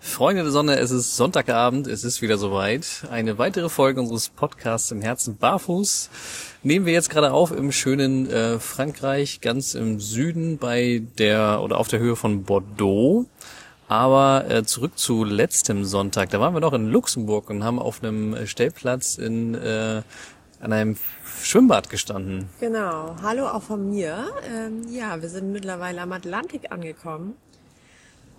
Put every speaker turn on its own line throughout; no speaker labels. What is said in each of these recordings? Freunde der Sonne, es ist Sonntagabend, es ist wieder soweit. Eine weitere Folge unseres Podcasts im Herzen barfuß nehmen wir jetzt gerade auf im schönen äh, Frankreich, ganz im Süden bei der oder auf der Höhe von Bordeaux. Aber äh, zurück zu letztem Sonntag, da waren wir noch in Luxemburg und haben auf einem äh, Stellplatz in äh, an einem Schwimmbad gestanden.
Genau. Hallo auch von mir. Ähm, ja, wir sind mittlerweile am Atlantik angekommen.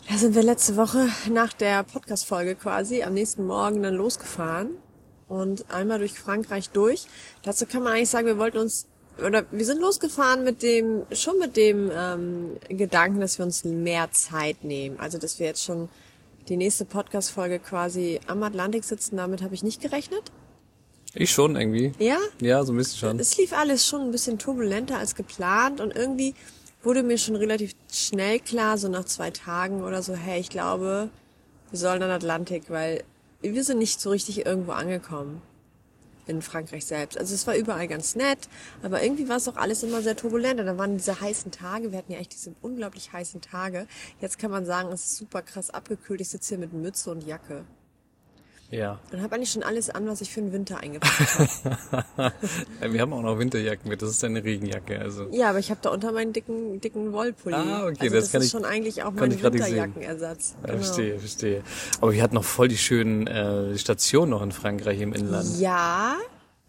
Da sind wir letzte Woche nach der Podcast-Folge quasi am nächsten Morgen dann losgefahren und einmal durch Frankreich durch. Dazu kann man eigentlich sagen, wir wollten uns oder wir sind losgefahren mit dem schon mit dem ähm, Gedanken, dass wir uns mehr Zeit nehmen. Also dass wir jetzt schon die nächste Podcast-Folge quasi am Atlantik sitzen. Damit habe ich nicht gerechnet.
Ich schon irgendwie.
Ja,
Ja, so ein bisschen schon.
es lief alles schon ein bisschen turbulenter als geplant und irgendwie wurde mir schon relativ schnell klar, so nach zwei Tagen oder so, hey, ich glaube, wir sollen an den Atlantik, weil wir sind nicht so richtig irgendwo angekommen in Frankreich selbst. Also es war überall ganz nett, aber irgendwie war es auch alles immer sehr turbulent. Und dann waren diese heißen Tage, wir hatten ja echt diese unglaublich heißen Tage. Jetzt kann man sagen, es ist super krass abgekühlt. Ich sitze hier mit Mütze und Jacke
Ja.
und habe eigentlich schon alles an, was ich für den Winter eingepackt habe.
Äh, Wir haben auch noch Winterjacken mit, das ist eine Regenjacke, also.
Ja, aber ich habe da unter meinen dicken, dicken Wollpulli.
Ah, okay,
also
das
das,
kann
ist
ich-
schon eigentlich auch
kann
mein
ich grad nicht sehen.
Winterjackenersatz.
Ja, Verstehe, verstehe. Aber wir hatten noch voll die schönen äh, Stationen noch in Frankreich im Inland.
Ja,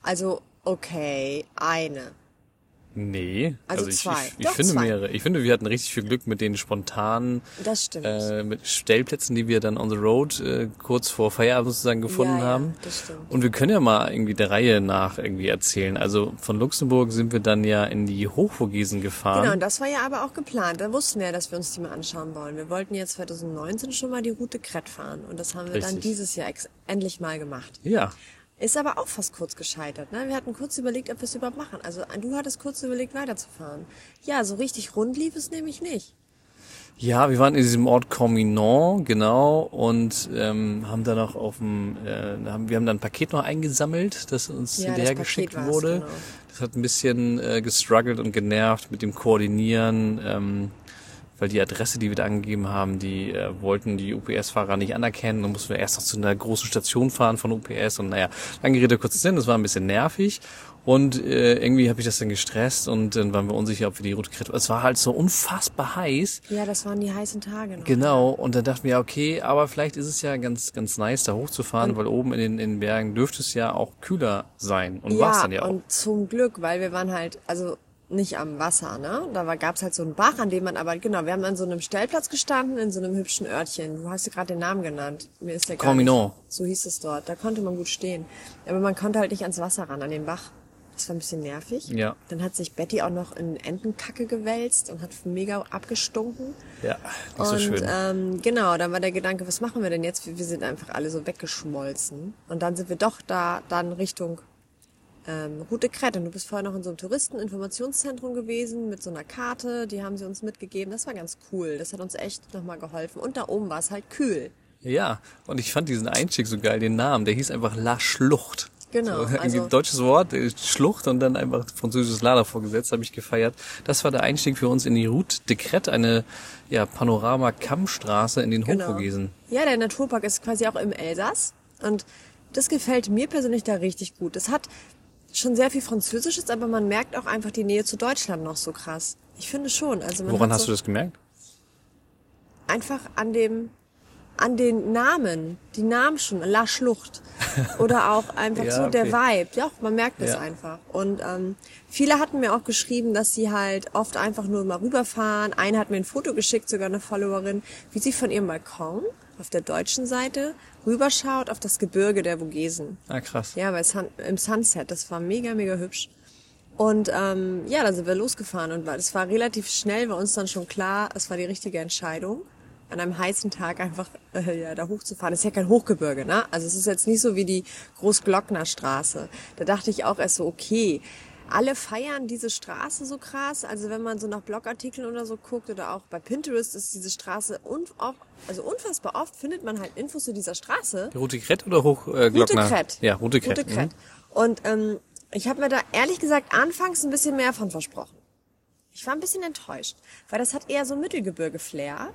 also okay, eine.
Nee,
Also
ich,
zwei.
ich, ich
Doch,
finde
zwei.
mehrere. Ich finde, wir hatten richtig viel Glück mit den spontanen
Das stimmt.
äh, mit Stellplätzen, die wir dann on the road äh, kurz vor Feierabend sozusagen gefunden
ja,
haben.
Ja, das stimmt.
Und wir können ja mal irgendwie der Reihe nach irgendwie erzählen. Also von Luxemburg sind wir dann ja in die Hochvogesen gefahren.
Genau, und das war ja aber auch geplant. Da wussten wir, ja, dass wir uns die mal anschauen wollen. Wir wollten ja 2019 schon mal die Route Kret fahren und das haben wir dann
Richtig.
dieses Jahr ex endlich mal gemacht.
Ja,
Ist aber auch fast kurz gescheitert. Ne? Wir hatten kurz überlegt, ob wir es überhaupt machen. Also du hattest kurz überlegt, weiterzufahren. Ja, so richtig rund lief es nämlich nicht.
Ja, wir waren in diesem Ort Corminon, genau, und ähm, haben dann auch auf dem, äh, haben, wir haben dann ein Paket noch eingesammelt, das uns
Ja, das
hinterher
Paket
geschickt
war's,
wurde.
genau.
Das hat ein bisschen äh, gestruggelt und genervt mit dem Koordinieren, ähm, weil die Adresse, die wir da angegeben haben, die äh, wollten die UPS-Fahrer nicht anerkennen. Dann mussten wir erst noch zu einer großen Station fahren von UPS und naja, lange Rede, kurzer Sinn, das war ein bisschen nervig. Und äh, irgendwie habe ich das dann gestresst und dann waren wir unsicher, ob wir die Route kriegen. Es war halt so unfassbar heiß.
Ja, das waren die heißen Tage noch.
Genau, und dann dachten wir, ja, okay, aber vielleicht ist es ja ganz, ganz nice, da hochzufahren, weil oben in den, in den Bergen dürfte es ja auch kühler sein. Und war es
ja,
dann ja auch.
und zum Glück, weil wir waren halt, also nicht am Wasser, ne? Da war, gab's halt so einen Bach, an dem man aber, genau, wir haben an so einem Stellplatz gestanden, in so einem hübschen Örtchen. Du hast ja gerade den Namen genannt. Mir ist der gar
Corminon.
nicht- So hieß es dort. Da konnte man gut stehen. Aber man konnte halt nicht ans Wasser ran, an den Bach. Das war ein bisschen nervig.
Ja.
Dann hat sich Betty auch noch in Entenkacke gewälzt und hat mega abgestunken.
Ja, nicht so
und
schön.
Ähm, genau, dann war der Gedanke, was machen wir denn jetzt? Wir, wir sind einfach alle so weggeschmolzen. Und dann sind wir doch da, dann Richtung ähm, Route Crête. Und du bist vorher noch in so einem Touristeninformationszentrum gewesen mit so einer Karte, die haben sie uns mitgegeben. Das war ganz cool. Das hat uns echt nochmal geholfen. Und da oben war es halt kühl.
ja, und ich fand diesen Einstieg so geil, den Namen, der hieß einfach La Schlucht.
Genau,
So, irgendwie
also-
deutsches Wort, äh, Schlucht und dann einfach französisches La vorgesetzt, habe ich gefeiert. Das war der Einstieg für uns in die Route de Crête, eine ja, Panorama-Kammstraße in den
Genau.
Hochvogesen.
Ja, der Naturpark ist quasi auch im Elsass und das gefällt mir persönlich da richtig gut. Es hat schon sehr viel Französisches, aber man merkt auch einfach die Nähe zu Deutschland noch so krass. Ich finde schon. Also man
Woran
hat
hast
so
du das gemerkt?
einfach an dem an den Namen, die Namen schon, La Schlucht oder auch einfach
Ja,
so der
okay.
Vibe. Ja, man merkt das
Ja.
einfach. Und ähm, viele hatten mir auch geschrieben, dass sie halt oft einfach nur mal rüberfahren. Eine hat mir ein Foto geschickt, sogar eine Followerin, wie sie von ihrem Balkon auf der deutschen Seite rüberschaut auf das Gebirge der Vogesen.
Ah, krass.
Ja, bei Sun im Sunset. Das war mega, mega hübsch. Und ähm, ja, dann sind wir losgefahren und war- es war relativ schnell bei uns dann schon klar, es war die richtige Entscheidung, an einem heißen Tag einfach äh, ja, da hochzufahren. Das ist ja kein Hochgebirge, ne? Also es ist jetzt nicht so wie die Großglockner Straße. Da dachte ich auch erst so, okay, alle feiern diese Straße so krass. Also wenn man so nach Blogartikeln oder so guckt oder auch bei Pinterest ist diese Straße un auch, also unfassbar oft findet man halt Infos zu dieser Straße.
Route Crête oder Hochglockner? Äh,
Route
Glockner?
Kret.
Ja, mhm. Route Crête.
Route Kret. Und ähm, ich habe mir da ehrlich gesagt anfangs ein bisschen mehr von versprochen. Ich war ein bisschen enttäuscht, weil das hat eher so Mittelgebirge-Flair.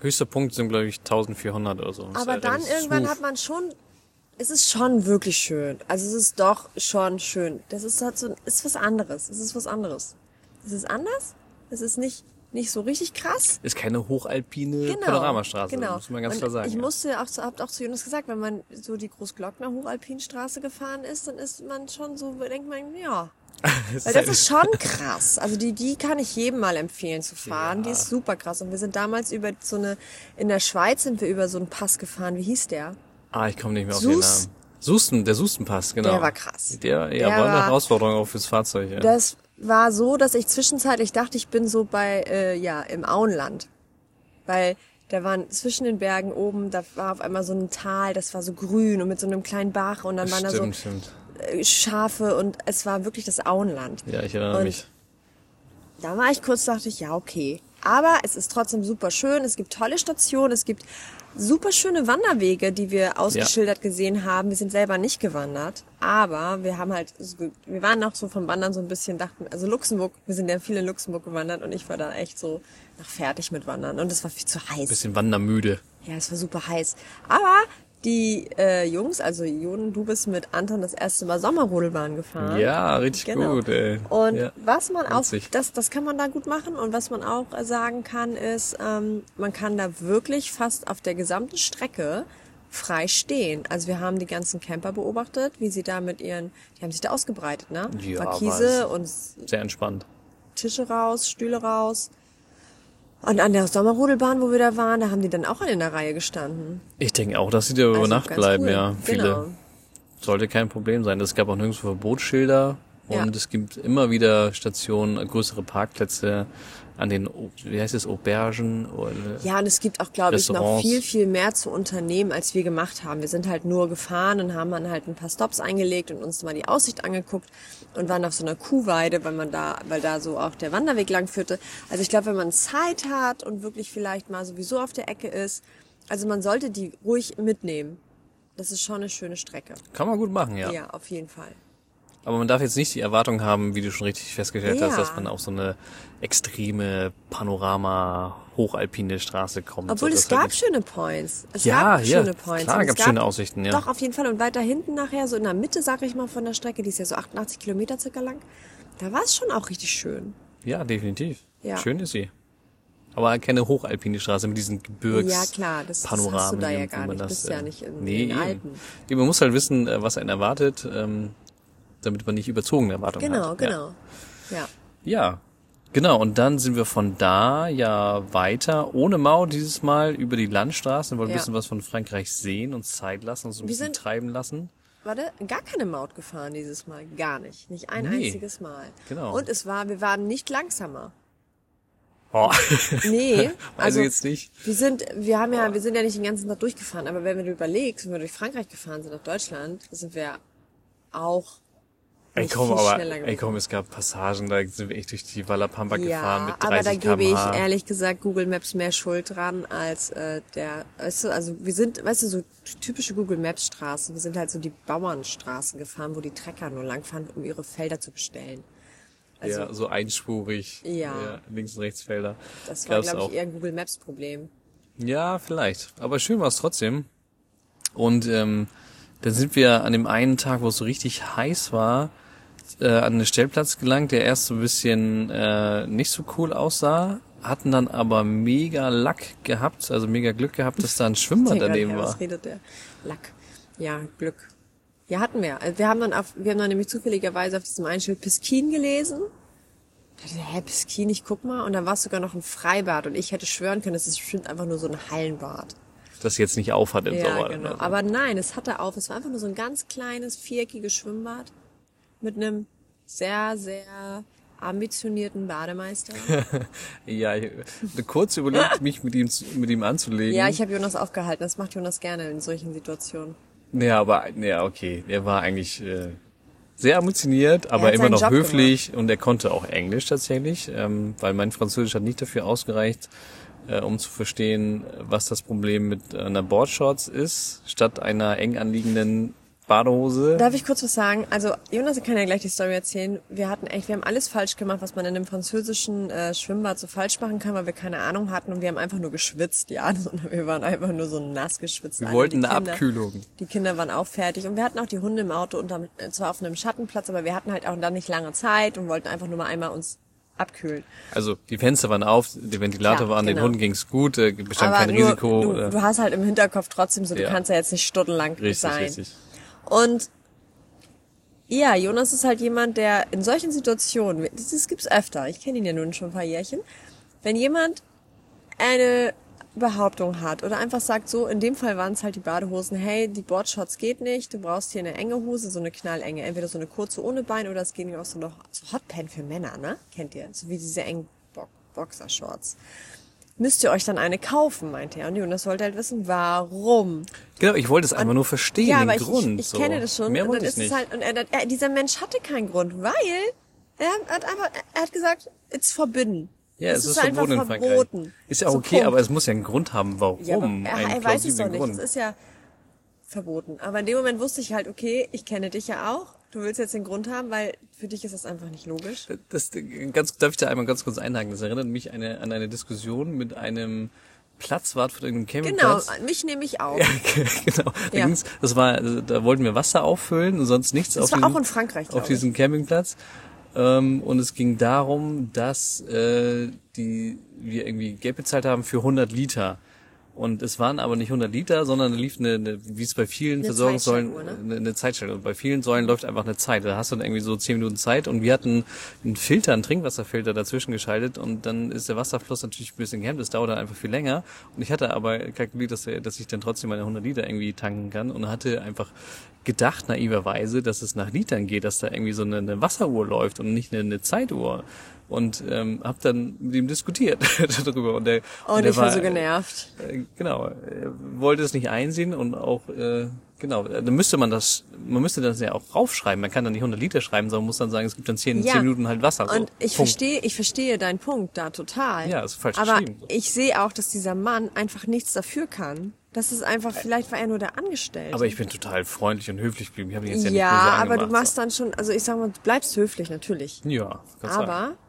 Höchster Punkt sind, glaube ich, 1400 oder so. Das ist
Aber
halt
dann
relativ
irgendwann
smooth.
hat man schon, es ist schon wirklich schön. Also es ist doch schon schön. Das ist halt so, ist was anderes. Es ist was anderes. Es ist anders. Es ist nicht, nicht so richtig krass.
Ist keine hochalpine
Genau.
Äh, Panoramastraße,
genau.
muss man ganz
Und
klar sagen.
Ich
ja.
musste auch, zu- hab auch zu Jonas gesagt, wenn man so die Großglockner Hochalpinstraße gefahren ist, dann ist man schon so, denkt man, ja.
Es
Weil
ist halt-
das ist schon krass. Also die, die kann ich jedem mal empfehlen zu fahren. Die
Ja.
ist super krass. Und wir sind damals über so eine, in der Schweiz sind wir über so einen Pass gefahren. Wie hieß der?
Ah, ich komme nicht mehr auf den
Sus-
Namen. Susten, der Sustenpass, genau.
Der war krass.
Der, ja,
Der
war eine
war-
Herausforderung auch fürs Fahrzeug. Ja.
Das war so, dass ich zwischenzeitlich dachte, ich bin so bei, äh, ja, im Auenland. Weil da waren zwischen den Bergen oben, da war auf einmal so ein Tal, das war so grün und mit so einem kleinen Bach und dann waren
stimmt, stimmt.
da so äh, Schafe und es war wirklich das Auenland.
Ja, ich erinnere
Und
mich.
Da war ich kurz, dachte ich, ja, okay. Aber es ist trotzdem super schön. Es gibt tolle Stationen. Es gibt super schöne Wanderwege, die wir ausgeschildert gesehen haben. Wir sind selber nicht gewandert. Aber wir haben halt, wir waren noch so vom Wandern so ein bisschen, dachten, also Luxemburg, wir sind ja viel in Luxemburg gewandert und ich war dann echt so nach fertig mit Wandern. Und es war viel zu heiß.
Bisschen wandermüde.
Ja, es war super heiß. Aber die äh, Jungs, also Jon, du bist mit Anton das erste Mal Sommerrodelbahn gefahren.
Ja, richtig
Genau.
gut, ey.
Und
ja.
was man auch,
Witzig.
das, das kann man da gut machen und was man auch äh, sagen kann, ist, ähm, man kann da wirklich fast auf der gesamten Strecke frei stehen. Also wir haben die ganzen Camper beobachtet, wie sie da mit ihren, die haben sich da ausgebreitet, ne?
Ja,
Markise
aber
und s-
Sehr entspannt.
Tische raus, Stühle raus. Und an der Sommerrodelbahn, wo wir da waren, da haben die dann auch alle in der Reihe gestanden.
Ich denke auch, dass sie da über
Also
Nacht
ganz
bleiben,
cool.
ja. Viele.
Genau.
Sollte kein Problem sein. Es gab auch nirgendwo Verbotsschilder
Ja.
und es gibt immer wieder Stationen, äh, größere Parkplätze an den, O- wie heißt es, Aubergen? Oder,
Ja, und es gibt auch, glaube ich, noch
Restaurants.
viel, viel mehr zu unternehmen, als wir gemacht haben. Wir sind halt nur gefahren und haben dann halt ein paar Stops eingelegt und uns mal die Aussicht angeguckt und waren auf so einer Kuhweide, weil man da, weil da so auch der Wanderweg lang führte. Also ich glaube, wenn man Zeit hat und wirklich vielleicht mal sowieso auf der Ecke ist, also man sollte die ruhig mitnehmen. Das ist schon eine schöne Strecke.
Kann man gut machen,
Ja, auf jeden Fall.
Aber man darf jetzt nicht die Erwartung haben, wie du schon richtig festgestellt hast,
Ja.
dass man auf so eine extreme Panorama-hochalpine Straße kommt.
Obwohl
So,
es
das halt
gab
nicht-
schöne Points. Es
Ja,
gab
ja,
schöne Points.
klar
Und es
gab's schöne Aussichten, ja.
Doch, auf jeden Fall. Und weiter hinten nachher, so in der Mitte, sag ich mal, von der Strecke, die ist ja so 88 Kilometer circa lang, da war es schon auch richtig schön.
Ja, definitiv.
Ja.
Schön ist sie. Aber keine hochalpine Straße mit diesen Gebirgs
Ja, klar, das- das
Panoramen,
hast du da ja
eben,
gar
wo man
nicht.
Das,
Bist ja
äh,
nicht in-
nee,
in den
eben.
Alpen.
Eben, Man muss halt wissen, äh, was einen erwartet, ähm, damit man nicht überzogene Erwartungen
Genau,
hat. Ja.
genau. Ja.
Ja, genau. Und dann sind wir von da ja weiter, ohne Mau dieses Mal, über die Landstraßen. Wir wollen ein
Ja.
bisschen was von Frankreich sehen, uns Zeit lassen, uns ein
Wir
bisschen
sind-
treiben lassen.
Warte, gar keine Maut gefahren dieses Mal. Gar nicht. Nicht ein
Nee.
einziges Mal.
Genau.
Und es war, wir waren nicht langsamer.
Oh,
Nee.
also jetzt nicht.
Wir sind, wir haben ja, wir sind ja nicht den ganzen Tag durchgefahren, aber wenn du überlegst, wenn wir durch Frankreich gefahren sind, nach Deutschland, sind wir auch
Ey
nicht
komm,
viel
aber
schneller
ey
gewesen.
komm, es gab Passagen, da sind wir echt durch die Wallapampa gefahren mit 30
aber da gebe
km/h.
ich ehrlich gesagt Google Maps mehr Schuld dran als äh, der, weißt du, also wir sind, weißt du, so typische Google Maps Straßen, wir sind halt so die Bauernstraßen gefahren, wo die Trecker nur langfahren, um ihre Felder zu bestellen. Also
ja, so einspurig.
Ja.
links und rechts Felder.
das war,
Gab's
glaube
auch.
ich, eher ein Google Maps Problem.
Ja, vielleicht. Aber schön war es trotzdem. Und ähm, dann sind wir an dem einen Tag, wo es so richtig heiß war, äh, an einen Stellplatz gelangt, der erst so ein bisschen äh, nicht so cool aussah, hatten dann aber mega Lack gehabt, also mega Glück gehabt, dass da ein Schwimmbad
Ich denk
daneben
grad, ja,
war.
Was redet der? Lack. Ja, Glück. Ja, hatten wir. Also wir haben dann auf, wir haben dann nämlich zufälligerweise auf diesem einen Schild Piskin gelesen. Da dachte ich, hä, Piskin, ich guck mal. Und da war es sogar noch ein Freibad und ich hätte schwören können, es ist bestimmt einfach nur so ein Hallenbad.
Das jetzt nicht auf hat im
Ja,
Sommer.
genau.
Also,
Aber nein, es hatte auf. Es war einfach nur so ein ganz kleines, viereckiges Schwimmbad mit einem sehr, sehr ambitionierten Bademeister.
ja, ich hatte kurz überlegt, mich mit ihm, zu- mit ihm anzulegen.
ja, ich habe Jonas aufgehalten. Das macht Jonas gerne in solchen Situationen.
Ja, aber ja, okay. Er war eigentlich äh, sehr ambitioniert, aber
hat
immer
seinen
noch
Job
höflich und er konnte auch Englisch tatsächlich, ähm, weil mein Französisch hat nicht dafür ausgereicht, äh, um zu verstehen, was das Problem mit einer Boardshorts ist, statt einer eng anliegenden Badehose.
Darf ich kurz was sagen? Also Jonas kann ja gleich die Story erzählen. Wir hatten echt, wir haben alles falsch gemacht, was man in einem französischen äh, Schwimmbad so falsch machen kann, weil wir keine Ahnung hatten und wir haben einfach nur geschwitzt, ja, sondern wir waren einfach nur so nass geschwitzt.
Wir
alle,
wollten
die
eine
Kinder.
Abkühlung.
Die Kinder waren auch fertig und wir hatten auch die Hunde im Auto und haben, äh, zwar auf einem Schattenplatz, aber wir hatten halt auch dann nicht lange Zeit und wollten einfach nur mal einmal uns abkühlen.
Also die Fenster waren auf, der Ventilator
Ja,
war an, den
genau.
Hunden ging's gut, äh, bestand
aber
kein
nur,
Risiko.
Du,
äh,
du hast halt im Hinterkopf trotzdem so, du
Ja.
kannst ja jetzt nicht stundenlang
richtig,
sein.
richtig.
Und ja, Jonas ist halt jemand, der in solchen Situationen, das, das gibt's öfter, ich kenne ihn ja nun schon ein paar Jährchen, wenn jemand eine Behauptung hat oder einfach sagt so, in dem Fall waren es halt die Badehosen, hey, die Boardshots geht nicht, du brauchst hier eine enge Hose, so eine knallenge, entweder so eine kurze ohne Bein oder es geht auch so noch so Hotpan für Männer, ne? Kennt ihr? So wie diese engen Bo Boxershorts. Müsst ihr euch dann eine kaufen, meinte er. Und Jonas wollte halt wissen, warum.
Genau, ich wollte es einfach nur verstehen,
Ja,
den
aber ich,
Grund.
ich, ich
so.
kenne das schon.
Mehr
und
wollte
dann
ich
ist
nicht.
es halt, und er, er, dieser Mensch hatte keinen Grund, weil er hat einfach, er hat gesagt, it's forbidden.
ja, es, ist, verboten in
einfach
Frankreich.
verboten.
Ist ja
So,
okay,
Punkt.
aber es muss ja einen Grund haben, warum.
ja, aber er,
einen
er weiß es doch
plausiblen
nicht.
Grund.
Es ist ja verboten. Aber in dem Moment wusste ich halt, okay, ich kenne dich ja auch. Du willst jetzt den Grund haben, weil für dich ist das einfach nicht logisch.
das, ganz, darf ich da einmal ganz kurz einhaken? Das erinnert mich eine, an eine Diskussion mit einem Platzwart von irgendeinem
Genau,
Campingplatz.
mich nehme ich auch.
genau. Da
Ja.
ging's, das war, da wollten wir Wasser auffüllen und sonst nichts.
Das
auf
war
diesem,
auch in Frankreich,
Auf
glaub
diesem Campingplatz. Ähm, und es ging darum, dass äh, die wir irgendwie Geld bezahlt haben für 100 Liter. Und es waren aber nicht 100 Liter, sondern da lief eine, eine wie es bei vielen Versorgungssäulen,
Zeitschaltuhr, ne?
eine, eine Zeitstelle. Und bei vielen Säulen läuft einfach eine Zeit. Da hast du dann irgendwie so 10 Minuten Zeit. Und wir hatten einen Filter, einen Trinkwasserfilter dazwischen geschaltet. Und dann ist der Wasserfluss natürlich ein bisschen gehemmt. Das dauert dann einfach viel länger. Und ich hatte aber kalkuliert, dass, er- dass ich dann trotzdem meine 100 Liter irgendwie tanken kann. Und hatte einfach gedacht, naiverweise, dass es nach Litern geht, dass da irgendwie so eine, eine Wasseruhr läuft und nicht eine, eine Zeituhr. Und ähm, hab dann mit ihm diskutiert darüber. Und, der,
Und
der
ich war so genervt.
äh, genau, äh, wollte es nicht einsehen und auch, äh, genau, äh, dann müsste man das, man müsste das ja auch raufschreiben. Man kann dann nicht 100 Liter schreiben, sondern muss dann sagen, es gibt dann 10, 10 Minuten halt Wasser.
Und
so.
ich
Punkt.
verstehe, ich verstehe deinen Punkt da total.
Ja, ist falsch
Aber
geschrieben.
ich sehe auch, dass dieser Mann einfach nichts dafür kann. Das ist einfach, vielleicht war er nur der Angestellte.
Aber ich bin total freundlich und höflich geblieben. Ich habe ihn jetzt ja,
ja,
nicht böse
aber du
angemacht,
machst dann schon, also ich sag mal, du bleibst höflich natürlich.
So. Ja, kannst sagen.
aber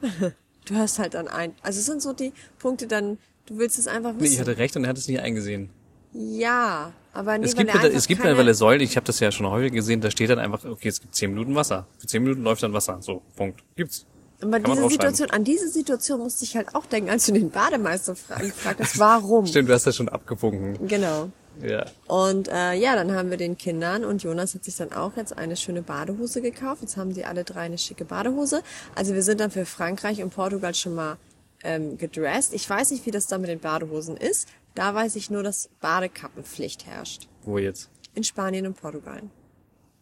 du hörst halt dann ein. Also es sind so die Punkte dann, du willst es einfach
Nee, ich
wissen.
hatte recht und er hat es nicht eingesehen.
ja, aber nee,
Es
weil
gibt,
er
mittler-
einfach
es gibt
keine,
mittlerweile Säulen, ich habe das ja schon häufig gesehen, da steht dann einfach, okay, es gibt 10 Minuten Wasser. Für 10 Minuten läuft dann Wasser. So, Punkt. Gibt's. Kann
aber
man
diese
draufschreiben.
Situation, an diese Situation musste ich halt auch denken, als du den Bademeister fra- gefragt hast, warum?
Stimmt, du hast das schon abgewunken.
Genau.
Ja.
Und äh, ja, dann haben wir den Kindern und Jonas hat sich dann auch jetzt eine schöne Badehose gekauft. Jetzt haben die alle drei eine schicke Badehose. Also wir sind dann für Frankreich und Portugal schon mal ähm, gedressed. Ich weiß nicht, wie das da mit den Badehosen ist. Da weiß ich nur, dass Badekappenpflicht herrscht.
Wo jetzt?
In Spanien und Portugal.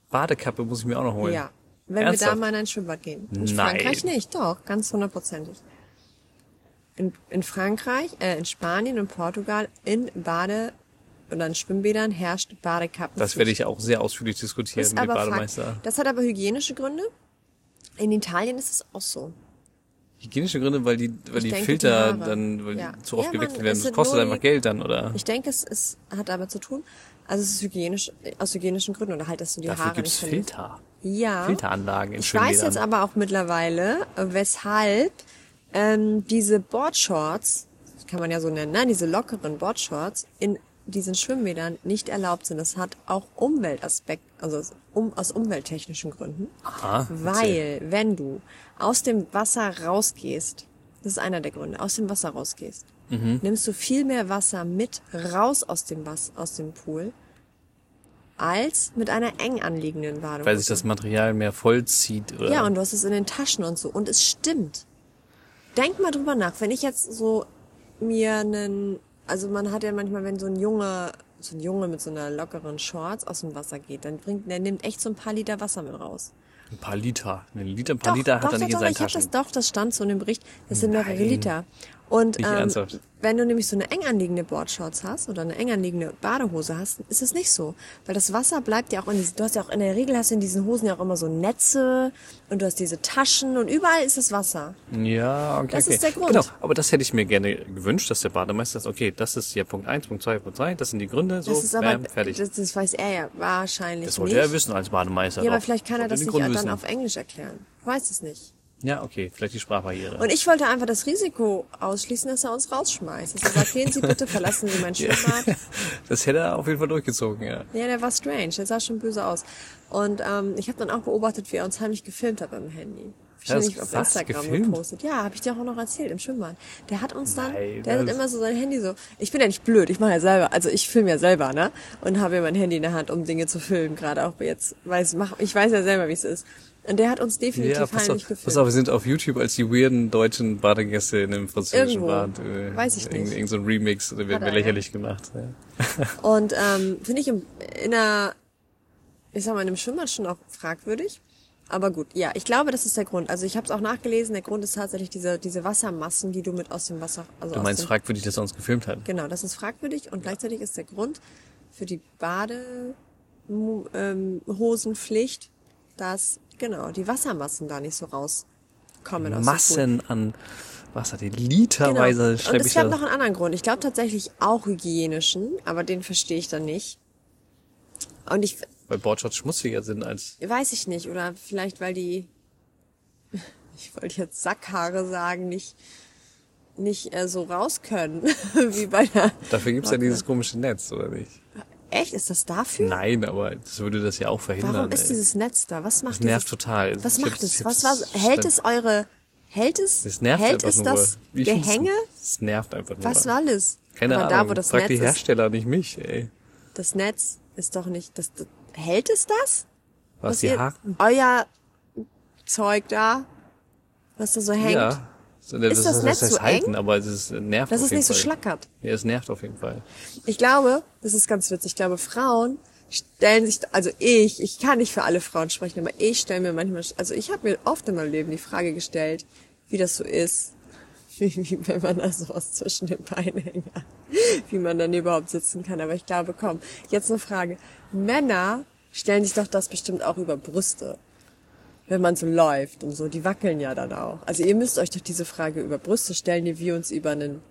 Badekappe muss ich mir auch noch holen.
Ja. Wenn wir
Ernsthaft?
da mal in ein Schwimmbad gehen. In
Nein.
Frankreich nicht, doch, ganz hundertprozentig. In, in Frankreich, äh, in Spanien und Portugal, in Bade- oder in Schwimmbädern herrscht Badekappenpflicht.
Das werde ich auch sehr ausführlich diskutieren
Ist
mit dem
aber
Bademeister.
Fakt. Das hat aber hygienische Gründe. In Italien ist es auch so.
Hygienische Gründe, weil die, weil die
denke,
Filter
die Haare.
dann weil
Ja.
die zu oft
Ja,
gewechselt
Mann,
werden.
es
Das
sind
kostet
nur
einfach
die-
Geld dann, oder?
Ich denke, es, es hat damit zu tun. Also es ist hygienisch, aus hygienischen Gründen oder halt, dass du die
Dafür
Haare
gibt's
nicht verlierst.
Filter.
Ja.
Filteranlagen in
Ich weiß jetzt
Schwimmbädern.
aber auch mittlerweile, äh, weshalb ähm, diese Boardshorts, das kann man ja so nennen, ne? diese lockeren Boardshorts in diesen Schwimmbädern nicht erlaubt sind. Das hat auch Umweltaspekt, also aus- um, aus umwelttechnischen Gründen.
Aha, erzähl.
Weil, wenn du aus dem Wasser rausgehst, das ist einer der Gründe, aus dem Wasser rausgehst,
Mhm.
nimmst du viel mehr Wasser mit raus aus dem, Wasser, aus dem Pool, als mit einer eng anliegenden Badehose.
Weil sich das Material mehr vollzieht, oder?
Ja, und du hast es in den Taschen und so. Und es stimmt. Denk mal drüber nach. Wenn ich jetzt so mir einen, also man hat ja manchmal, wenn so ein Junge, so ein Junge mit so einer lockeren Shorts aus dem Wasser geht, dann bringt, der nimmt echt so ein paar Liter Wasser mit raus.
ein paar Liter. Ein Liter, ein paar Liter hat er nicht in seinen
ich hab
Taschen.
das doch, das stand so in dem Bericht. Das sind mehrere Liter. Und
Nicht
ähm,
ernsthaft?
wenn du nämlich so eine eng anliegende Boardshorts hast oder eine eng anliegende Badehose hast, ist es nicht so. Weil das Wasser bleibt ja auch in diesen, du hast ja auch in der Regel hast du in diesen Hosen ja auch immer so Netze und du hast diese Taschen und überall ist das Wasser.
Ja, okay.
Das
okay.
ist der Grund.
Genau, aber das hätte ich mir gerne gewünscht, dass der Bademeister sagt, okay, das ist ja Punkt eins, Punkt zwei, Punkt drei. das sind die Gründe, so,
Das ist aber,
bam, fertig.
Das, das weiß er ja wahrscheinlich
das
nicht.
wollte er wissen als Bademeister.
Ja, aber
doch.
vielleicht kann er
Wollte
das
den
nicht
Grund
dann
wissen.
auf Englisch erklären. Ich weiß es nicht.
Ja, okay, vielleicht die Sprachbarriere.
Und ich wollte einfach das Risiko ausschließen, dass er uns rausschmeißt. Dass er sagt, gehen Sie bitte, verlassen Sie mein Schwimmbad.
das hätte er auf jeden Fall durchgezogen, ja.
Ja, der war strange. Der sah schon böse aus. Und ähm, ich habe dann auch beobachtet, wie er uns heimlich gefilmt hat beim Handy. Wahrscheinlich
das-
auf
was?
Instagram
Gefilmt?
gepostet. Ja, habe ich dir auch noch erzählt im Schwimmbad. Der hat uns dann,
Nein,
der hat
das-
immer so sein Handy so. Ich bin ja nicht blöd, ich mache ja selber, also ich filme ja selber, ne? Und habe ja mein Handy in der Hand, um Dinge zu filmen, gerade auch jetzt, weil ich mach, ich weiß ja selber, wie es ist. Und der hat uns definitiv
Ja, pass
heimlich
auf,
gefilmt.
pass auf, wir sind auf YouTube als die weirden deutschen Badegäste in einem französischen
Irgendwo.
Bad. äh,
Weiß ich nicht.
Irgend, irgend so ein Remix, da werden
er,
wir
ja.
lächerlich gemacht. Ja.
Und ähm, finde ich im, in einer, ich sag mal, in einem Schwimmbad schon auch fragwürdig. Aber gut, ja, ich glaube, das ist der Grund. Also ich habe es auch nachgelesen, der Grund ist tatsächlich diese, diese Wassermassen, die du mit aus dem Wasser... Also
Du
aus
meinst
dem,
fragwürdig, dass er uns gefilmt hat.
Genau, das ist fragwürdig und gleichzeitig ist der Grund für die Badehosenpflicht, ähm, Hosenpflicht, dass, genau, die Wassermassen da nicht so rauskommen aus dem Pool.
Massen an Wasser, die literweise
Genau. Und
schleppe
es
ich
gab
da.
noch einen anderen Grund. Ich glaube tatsächlich auch hygienischen, aber den verstehe ich dann nicht. Und ich
Weil Boardshots schmutziger sind als
weiß ich nicht, oder vielleicht weil die, ich wollte jetzt Sackhaare sagen, nicht nicht äh, so raus können wie bei der.
Dafür gibt's ja dieses komische Netz, oder nicht?
Echt, ist das dafür?
Nein, aber das würde das ja auch verhindern.
Warum ist
ey.
dieses Netz da? Was macht
das nervt
dieses,
total.
Was
Ich
macht
hab's-
es?
ich
Was war
hab's-
hält es eure hält es,
Das nervt
hält
einfach
es
nur.
das
Ich find's-
Gehänge?
Es nervt einfach nur.
Was soll es?
Keine
Aber
Ahnung.
da wo das
Frag
Netz
die
ist,
Hersteller, nicht mich, ey.
das Netz ist doch nicht. Das, das, hält es das?
Was, die
ihr-
Haken?
Euer Zeug da, was da so hängt.
Ja. So, Das,
Ist das Netz
heißt
so eng?
halten, aber es ist, äh, nervt
Dass
auf
es
jeden
nicht so
Fall.
schlackert.
Ja, es nervt auf jeden Fall.
Ich glaube, das ist ganz witzig. Ich glaube, Frauen stellen sich, also ich, ich kann nicht für alle Frauen sprechen, aber ich stelle mir manchmal, also ich habe mir oft in meinem Leben die Frage gestellt, wie das so ist, wie, wie wenn man da sowas zwischen den Beinen hängt, wie man dann überhaupt sitzen kann. Aber ich glaube, komm, jetzt eine Frage. Männer stellen sich doch das bestimmt auch über Brüste. Wenn man so läuft und so, die wackeln ja dann auch. Also ihr müsst euch doch diese Frage über Brüste stellen, die wir uns über einen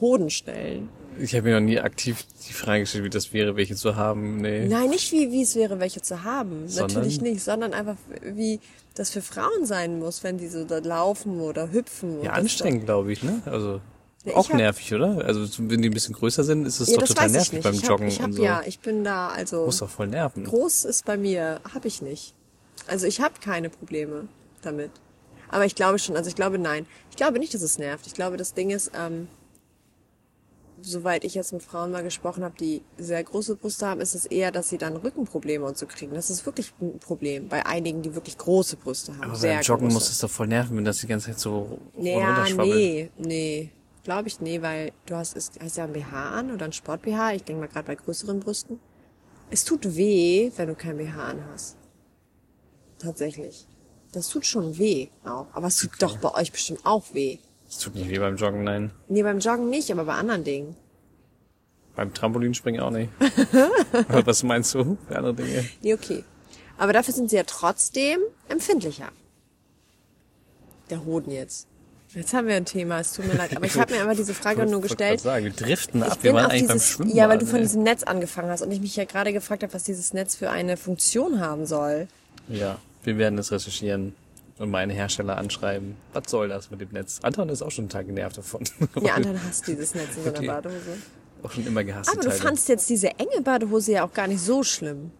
Hoden stellen.
Ich habe mir noch nie aktiv die Frage gestellt, wie das wäre, welche zu haben. Nee.
Nein, nicht wie, wie es wäre, welche zu haben.
Äh, Sondern?
Natürlich nicht, sondern einfach, wie das für Frauen sein muss, wenn die so da laufen oder hüpfen.
Ja,
und das-
anstrengend, glaube ich, ne? Also
Ja, ich
auch
hab-
nervig, oder? Also wenn die ein bisschen größer sind, ist es
Ja,
doch
das
total
weiß ich
nervig
nicht.
beim
ich hab,
Joggen
ich hab,
und so.
Ja, ich bin da, also
Muss doch voll nerven.
groß ist bei mir, habe ich nicht. Also ich habe keine Probleme damit. Aber ich glaube schon, also ich glaube nein. Ich glaube nicht, dass es nervt. Ich glaube, das Ding ist, ähm, soweit ich jetzt mit Frauen mal gesprochen habe, die sehr große Brüste haben, ist es eher, dass sie dann Rückenprobleme und so kriegen. Das ist wirklich ein Problem bei einigen, die wirklich große Brüste haben.
Aber
sehr
beim Joggen
große.
muss es doch voll nerven, wenn das die ganze Zeit so
Ja,
runterschwabbelt.
nee, nee. Glaube ich, nee, weil du hast, ist, hast ja ein BH an oder ein Sport-BH. Ich denke mal gerade bei größeren Brüsten. Es tut weh, wenn du kein BH an hast. Tatsächlich. Das tut schon weh auch. Aber es tut doch bei euch bestimmt auch weh.
Es tut nicht weh beim Joggen, nein.
Nee, beim Joggen nicht, aber bei anderen Dingen.
Beim Trampolinspringen auch nicht. Aber Was meinst du für andere Dinge?
Nee, okay. Aber dafür sind sie ja trotzdem empfindlicher. Der Hoden jetzt. Jetzt haben wir ein Thema, es tut mir leid. Aber ich habe mir einfach diese Frage nur
Ich wollte
gestellt,
grad Sagen, wir driften ab,
bin
wir waren
auf
eigentlich beim ne?
dieses-
Schwimmen.
Ja, weil du von diesem Netz angefangen hast und ich mich ja gerade gefragt habe, was dieses Netz für eine Funktion haben soll.
Ja, wir werden es recherchieren und meine Hersteller anschreiben. Was soll das mit dem Netz? Anton ist auch schon total genervt davon.
Ja, anderen hasst dieses Netz in so einer
Okay.
Badehose.
auch schon immer gehasst.
Aber du fandst jetzt diese enge Badehose ja auch gar nicht so schlimm.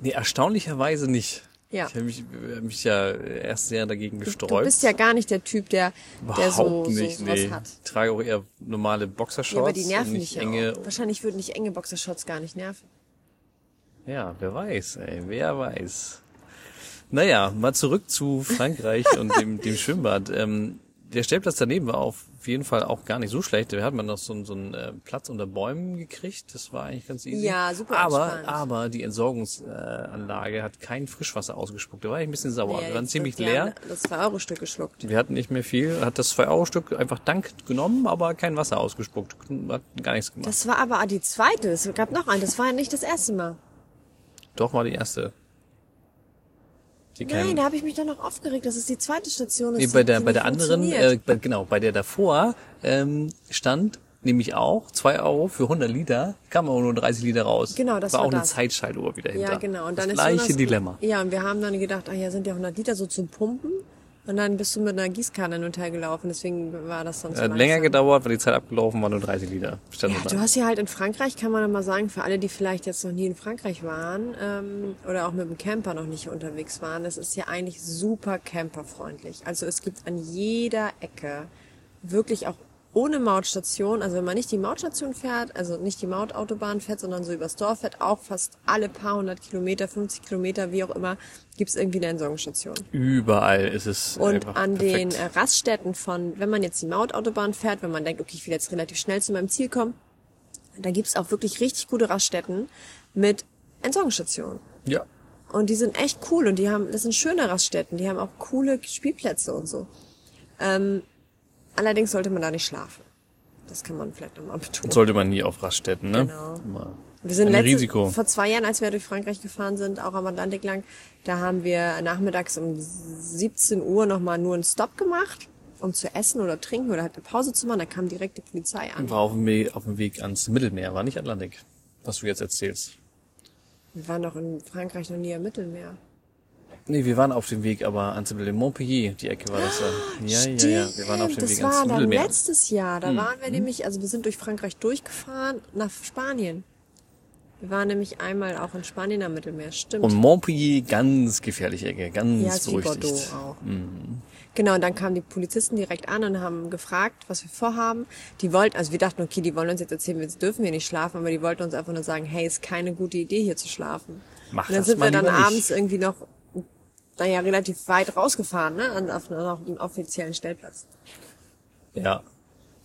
Nee, erstaunlicherweise nicht.
Ja.
Ich habe mich, hab mich ja erst sehr dagegen gesträubt.
Du bist ja gar nicht der Typ, der, der so,
Überhaupt nicht,
so
nee.
was hat.
Ich trage auch eher normale
Ja,
Boxershorts.
aber die nerven
und
dich
nicht
ja
enge.
auch. Wahrscheinlich würden dich enge Boxershorts gar nicht nerven.
Ja, wer weiß, ey, wer weiß. Naja, mal zurück zu Frankreich und dem, dem Schwimmbad. Ähm, der Stellplatz daneben war auf jeden Fall auch gar nicht so schlecht. Da hat man noch so, einen- so einen äh, Platz unter Bäumen gekriegt. Das war eigentlich ganz easy.
Ja, super
Aber,
entspannt.
aber die Entsorgungsanlage äh, Anlage hat kein Frischwasser ausgespuckt. Da war ich ein bisschen sauer. Wir
jetzt
waren ziemlich
wird gern
leer.
Das 2-Euro-Stück geschluckt.
Wir hatten nicht mehr viel. Hat das 2-Euro-Stück einfach Dank genommen, aber kein Wasser ausgespuckt. Hat gar nichts gemacht.
Das war aber die zweite. Es gab noch eine. Das war ja nicht das erste Mal.
Doch war die erste. Die
Nein, da habe ich mich doch noch aufgeregt, dass es die zweite Station ist.
Nee, bei der,
die
bei
nicht
der anderen,
funktioniert.
äh, bei, genau, bei der davor ähm, stand nämlich auch 2 Euro für 100 Liter, kam aber nur 30 Liter raus.
Genau, das
war
war
auch
das.
eine Zeitschaltuhr wieder hinter.
ja, genau. Und
das
dann ist
gleiche
Jonas-
Dilemma.
Ja, und wir haben dann gedacht, ach ja, sind ja 100 Liter so zum Pumpen. Und dann bist du mit einer Gießkanne hin und her gelaufen. Deswegen war das dann so
Hat
langsam.
Äh, länger gedauert, weil die Zeit abgelaufen war, nur 30 Liter. Stand
Ja,
nur da.
du hast ja halt in Frankreich, kann man mal sagen, für alle, die vielleicht jetzt noch nie in Frankreich waren ähm, oder auch mit dem Camper noch nicht unterwegs waren, es ist ja eigentlich super camperfreundlich. Also es gibt an jeder Ecke wirklich auch ohne Mautstation, also wenn man nicht die Mautstation fährt, also nicht die Mautautobahn fährt, sondern so übers Dorf fährt, auch fast alle paar hundert Kilometer, 50 Kilometer, wie auch immer, gibt's irgendwie eine Entsorgungsstation.
Überall ist es
Und
einfach
an den
perfekt.
äh, Raststätten von, wenn man jetzt die Mautautobahn fährt, wenn man denkt, okay, ich will jetzt relativ schnell zu meinem Ziel kommen, dann gibt's auch wirklich richtig gute Raststätten mit Entsorgungsstationen.
ja.
Und die sind echt cool und die haben, das sind schöne Raststätten, die haben auch coole Spielplätze und so. Ähm, allerdings sollte man da nicht schlafen. Das kann man vielleicht nochmal betonen.
Sollte man nie auf Raststätten, ne?
Genau.
Immer
Wir sind
ein
letzte,
Risiko.
vor zwei Jahren, als wir durch Frankreich gefahren sind, auch am Atlantik lang, da haben wir nachmittags um 17 Uhr nochmal nur einen Stop gemacht, um zu essen oder trinken oder halt eine Pause zu machen. Da kam direkt die Polizei an.
War auf dem, Weg, auf dem Weg ans Mittelmeer, war nicht Atlantik, was du jetzt erzählst.
Wir waren doch in Frankreich noch nie im Mittelmeer.
Nee, wir waren auf dem Weg, aber ans Mittelmeer. Montpellier, die Ecke war das dann. Ja, ja, ja. Wir waren auf dem
das
Weg
war
ans
dann
Mittelmeer. Hm.
letztes Jahr. Da waren wir nämlich, also wir sind durch Frankreich durchgefahren nach Spanien. Wir waren nämlich einmal auch in Spanien am Mittelmeer, stimmt.
Und Montpellier, ganz gefährliche Ecke, ganz Mhm.
Ja, ist wie Bordeaux
berüchtigt.
auch. Genau, und dann kamen die Polizisten direkt an und haben gefragt, was wir vorhaben. Die wollten, also wir dachten, okay, die wollen uns jetzt erzählen, jetzt dürfen wir nicht schlafen, aber die wollten uns einfach nur sagen, hey, ist keine gute Idee, hier zu schlafen.
Mach
und dann
das
sind
mal
wir dann
lieber nicht.
abends irgendwie noch, naja, relativ weit rausgefahren, ne, an, auf, auf einen offiziellen Stellplatz.
Ja.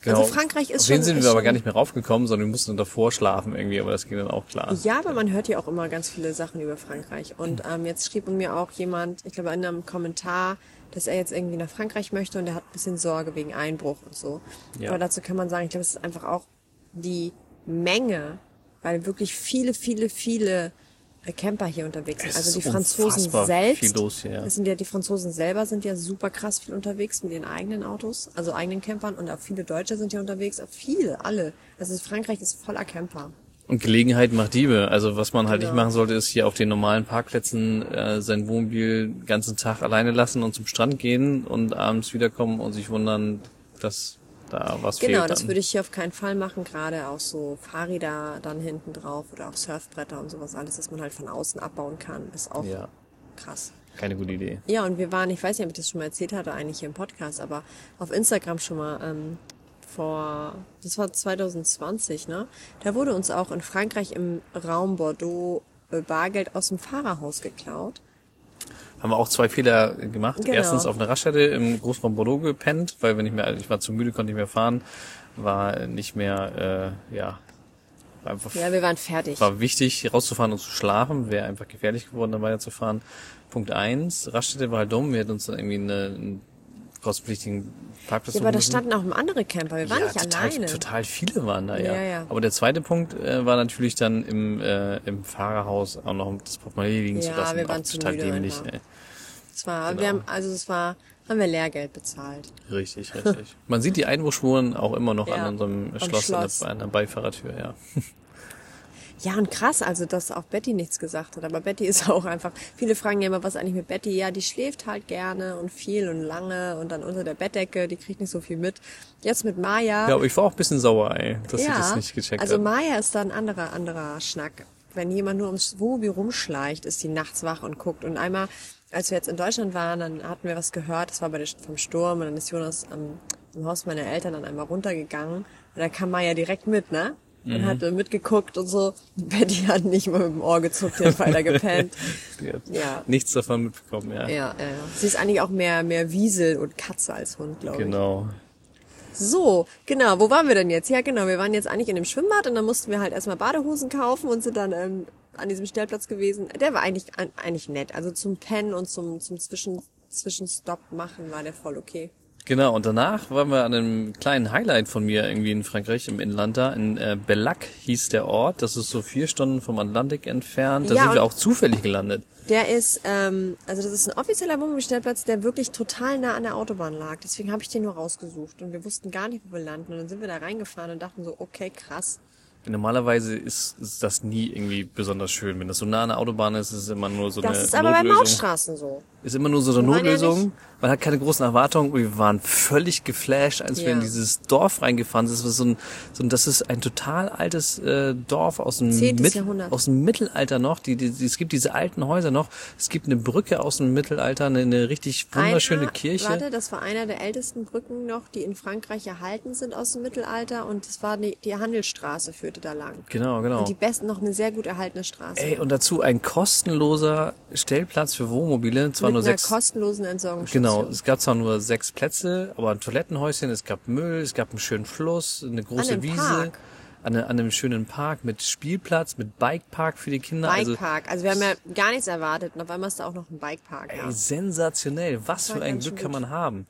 Also
Genau.
Frankreich ist
Auf den
schon-
sind
ist
wir aber
schon-
gar nicht mehr raufgekommen, sondern wir mussten davor schlafen irgendwie, aber das ging dann auch klar.
Ja, aber man hört ja auch immer ganz viele Sachen über Frankreich. Und ähm, jetzt schrieb mir auch jemand, ich glaube in einem Kommentar, dass er jetzt irgendwie nach Frankreich möchte und er hat ein bisschen Sorge wegen Einbruch und so.
Ja.
Aber dazu kann man sagen, ich glaube, es ist einfach auch die Menge, weil wirklich viele, viele, viele äh, Camper hier unterwegs sind.
Es
also
ist
die Franzosen
unfassbar
selbst,
viel los hier, ja.
das sind ja die Franzosen selber sind ja super krass viel unterwegs mit ihren eigenen Autos, also eigenen Campern und auch viele Deutsche sind hier unterwegs, auch viele, alle. Also Frankreich ist voller Camper.
Und Gelegenheit macht Diebe. Also was man halt nicht
Genau.
machen sollte, ist hier auf den normalen Parkplätzen äh, sein Wohnmobil den ganzen Tag alleine lassen und zum Strand gehen und abends wiederkommen und sich wundern, dass da was fehlt.
Genau, das
dann.
würde ich hier auf keinen Fall machen, gerade auch so Fahrräder dann hinten drauf oder auch Surfbretter und sowas alles, dass man halt von außen abbauen kann, ist auch
Ja.
krass.
Keine gute Idee.
Ja, und wir waren, ich weiß nicht, ob ich das schon mal erzählt hatte, eigentlich hier im Podcast, aber auf Instagram schon mal ähm, vor, das war 2020, ne? Da wurde uns auch in Frankreich im Raum Bordeaux äh, Bargeld aus dem Fahrerhaus geklaut.
haben wir auch zwei Fehler gemacht.
Genau.
Erstens auf einer Raststätte im Großraum Bordeaux gepennt, weil wir nicht mehr, ich war zu müde, konnte nicht mehr fahren, war nicht mehr, äh, ja, war einfach
Ja, wir waren fertig.
war wichtig, rauszufahren und zu schlafen, wäre einfach gefährlich geworden, dann weiterzufahren. Punkt eins, Raststätte war halt dumm, wir hätten uns dann irgendwie eine, einen kostenpflichtigen Parkplatz
ja,
suchen
aber da
müssen.
standen auch andere Camper, wir waren nicht
total,
alleine.
total viele waren da, ja.
Ja, ja.
Aber der zweite Punkt äh, war natürlich dann im, äh, im Fahrerhaus auch noch um das Portemonnaie liegen zu
Ja,
lassen.
wir waren
auch
zu
total
müde
dämlich,
einfach.
ey.
Es war,
Genau.
wir haben, also es war, haben wir Lehrgeld bezahlt.
Richtig, richtig. Man sieht die Einbruchspuren auch immer noch
Ja,
an unserem
am
Schloss, an der-
Schloss. Ah.
an der Beifahrertür, ja.
Ja, und krass, also dass auch Betty nichts gesagt hat. Aber Betty ist auch einfach, viele fragen ja immer, was eigentlich mit Betty? Ja, die schläft halt gerne und viel und lange und dann unter der Bettdecke, die kriegt nicht so viel mit. Jetzt mit Maya.
Ja, aber ich war auch ein bisschen sauer, ey, dass sie das nicht gecheckt
also
hat.
Maya ist da ein anderer, anderer Schnack. Wenn jemand nur ums Wohnmobil rumschleicht, ist sie nachts wach und guckt. Und einmal, als wir jetzt in Deutschland waren, dann hatten wir was gehört, das war bei der, vom Sturm und dann ist Jonas am, im Haus meiner Eltern dann einmal runtergegangen und da kam Maya direkt mit, ne?
Mhm.
und hat äh, mitgeguckt und so. Betty hat nicht mal mit dem Ohr gezuckt, die hat weiter gepennt.
Die hat
Ja.
nichts davon mitbekommen, ja.
Ja, ja, ja. Sie ist eigentlich auch mehr, mehr Wiesel und Katze als Hund, glaube ich.
Genau.
So, genau, wo waren wir denn jetzt? Ja, genau, wir waren jetzt eigentlich in dem Schwimmbad und dann mussten wir halt erstmal Badehosen kaufen und sind dann ähm, an diesem Stellplatz gewesen. Der war eigentlich, an, eigentlich nett. Also zum Pennen und zum, zum Zwischen, Zwischenstopp machen war der voll okay.
Genau, und danach waren wir an einem kleinen Highlight von mir irgendwie in Frankreich, im Inland da. In äh, Bellac hieß der Ort. Das ist so vier Stunden vom Atlantik entfernt. Da
Ja,
sind wir
und-
auch zufällig gelandet.
Der ist, ähm, also das ist ein offizieller Wohnmobilstellplatz, der wirklich total nah an der Autobahn lag. Deswegen habe ich den nur rausgesucht und wir wussten gar nicht, wo wir landen. Und dann sind wir da reingefahren und dachten so, okay, krass.
Normalerweise ist, ist das nie irgendwie besonders schön. Wenn das so nah an der Autobahn ist, ist es immer nur so
Das
eine
ist aber bei
Notlösung.
Mautstraßen so.
ist immer nur so eine
Wir waren ja
Notlösung.
nicht-
Man hat keine großen Erwartungen. Und Wir waren völlig geflasht, als wir
Ja.
in dieses Dorf reingefahren sind. Das, war so ein, so ein, das ist ein total altes äh, Dorf aus dem,
Zehntes Jahrhundert.
aus dem Mittelalter noch. Die, die, die, es gibt diese alten Häuser noch. Es gibt eine Brücke aus dem Mittelalter, eine, eine richtig wunderschöne
einer,
Kirche.
Warte, das war einer der ältesten Brücken noch, die in Frankreich erhalten sind aus dem Mittelalter und das war die, die Handelsstraße führte da lang.
Genau, genau.
Und die besten noch eine sehr gut erhaltene Straße.
Ey, und dazu ein kostenloser Stellplatz für Wohnmobile. Zwar
mit
nur
einer
sechs.
kostenlosen Entsorgungsstation.
Genau, es gab zwar nur sechs Plätze, aber ein Toilettenhäuschen, es gab Müll, es gab einen schönen Fluss, eine große
einem
Wiese,
Park.
An, an einem schönen Park mit Spielplatz, mit Bikepark für die Kinder.
Bikepark. Also wir haben ja gar nichts erwartet und auf einmal ist da auch noch ein Bikepark.
Also, ey, sensationell, was
War
für ein
ganz
Glück
schön
kann
gut.
man haben.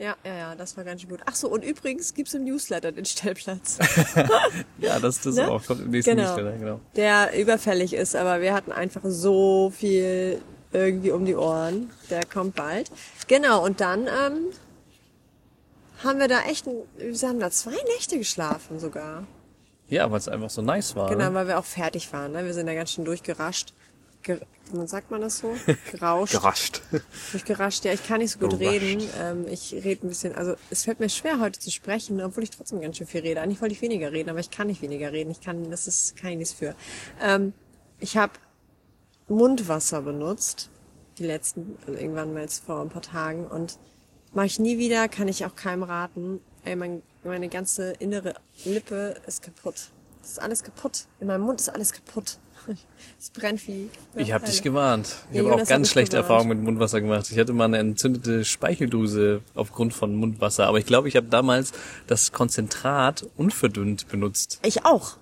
Ja, ja, ja, das war ganz schön gut. Ach so, und übrigens gibt's im Newsletter den Stellplatz,
Ja, das, das
Ne?
auch, kommt im nächsten
Genau.
Newsletter, genau.
der überfällig ist, aber wir hatten einfach so viel irgendwie um die Ohren. Der kommt bald. Genau, und dann ähm, haben wir da echt, ein- wir haben da zwei Nächte geschlafen sogar.
Ja, weil es einfach so nice war.
Genau,
ne?
weil wir auch fertig waren. Ne? Wir sind da ganz schön durchgerascht. Ge sagt man das so? Gerauscht.
Gerascht.
Durchgerascht, ja, ich kann nicht so gut
Gerascht.
reden. Ähm, ich rede ein bisschen, also es fällt mir schwer, heute zu sprechen, obwohl ich trotzdem ganz schön viel rede. Eigentlich wollte ich weniger reden, aber ich kann nicht weniger reden. Ich kann, das ist kann ich nichts für. Ähm, ich habe Mundwasser benutzt, die letzten, also irgendwann mal jetzt vor ein paar Tagen und mache ich nie wieder, kann ich auch keinem raten. Ey, mein, meine ganze innere Lippe ist kaputt. Das ist alles kaputt. In meinem Mund ist alles kaputt. Es brennt wie.
Ich habe dich gewarnt. Ich
Ja,
habe auch
Jonas hat
ganz
mich
schlechte
gewarnt.
Erfahrungen mit Mundwasser gemacht. Ich hatte mal eine entzündete Speicheldrüse aufgrund von Mundwasser. Aber ich glaube, ich habe damals das Konzentrat unverdünnt benutzt.
Ich auch.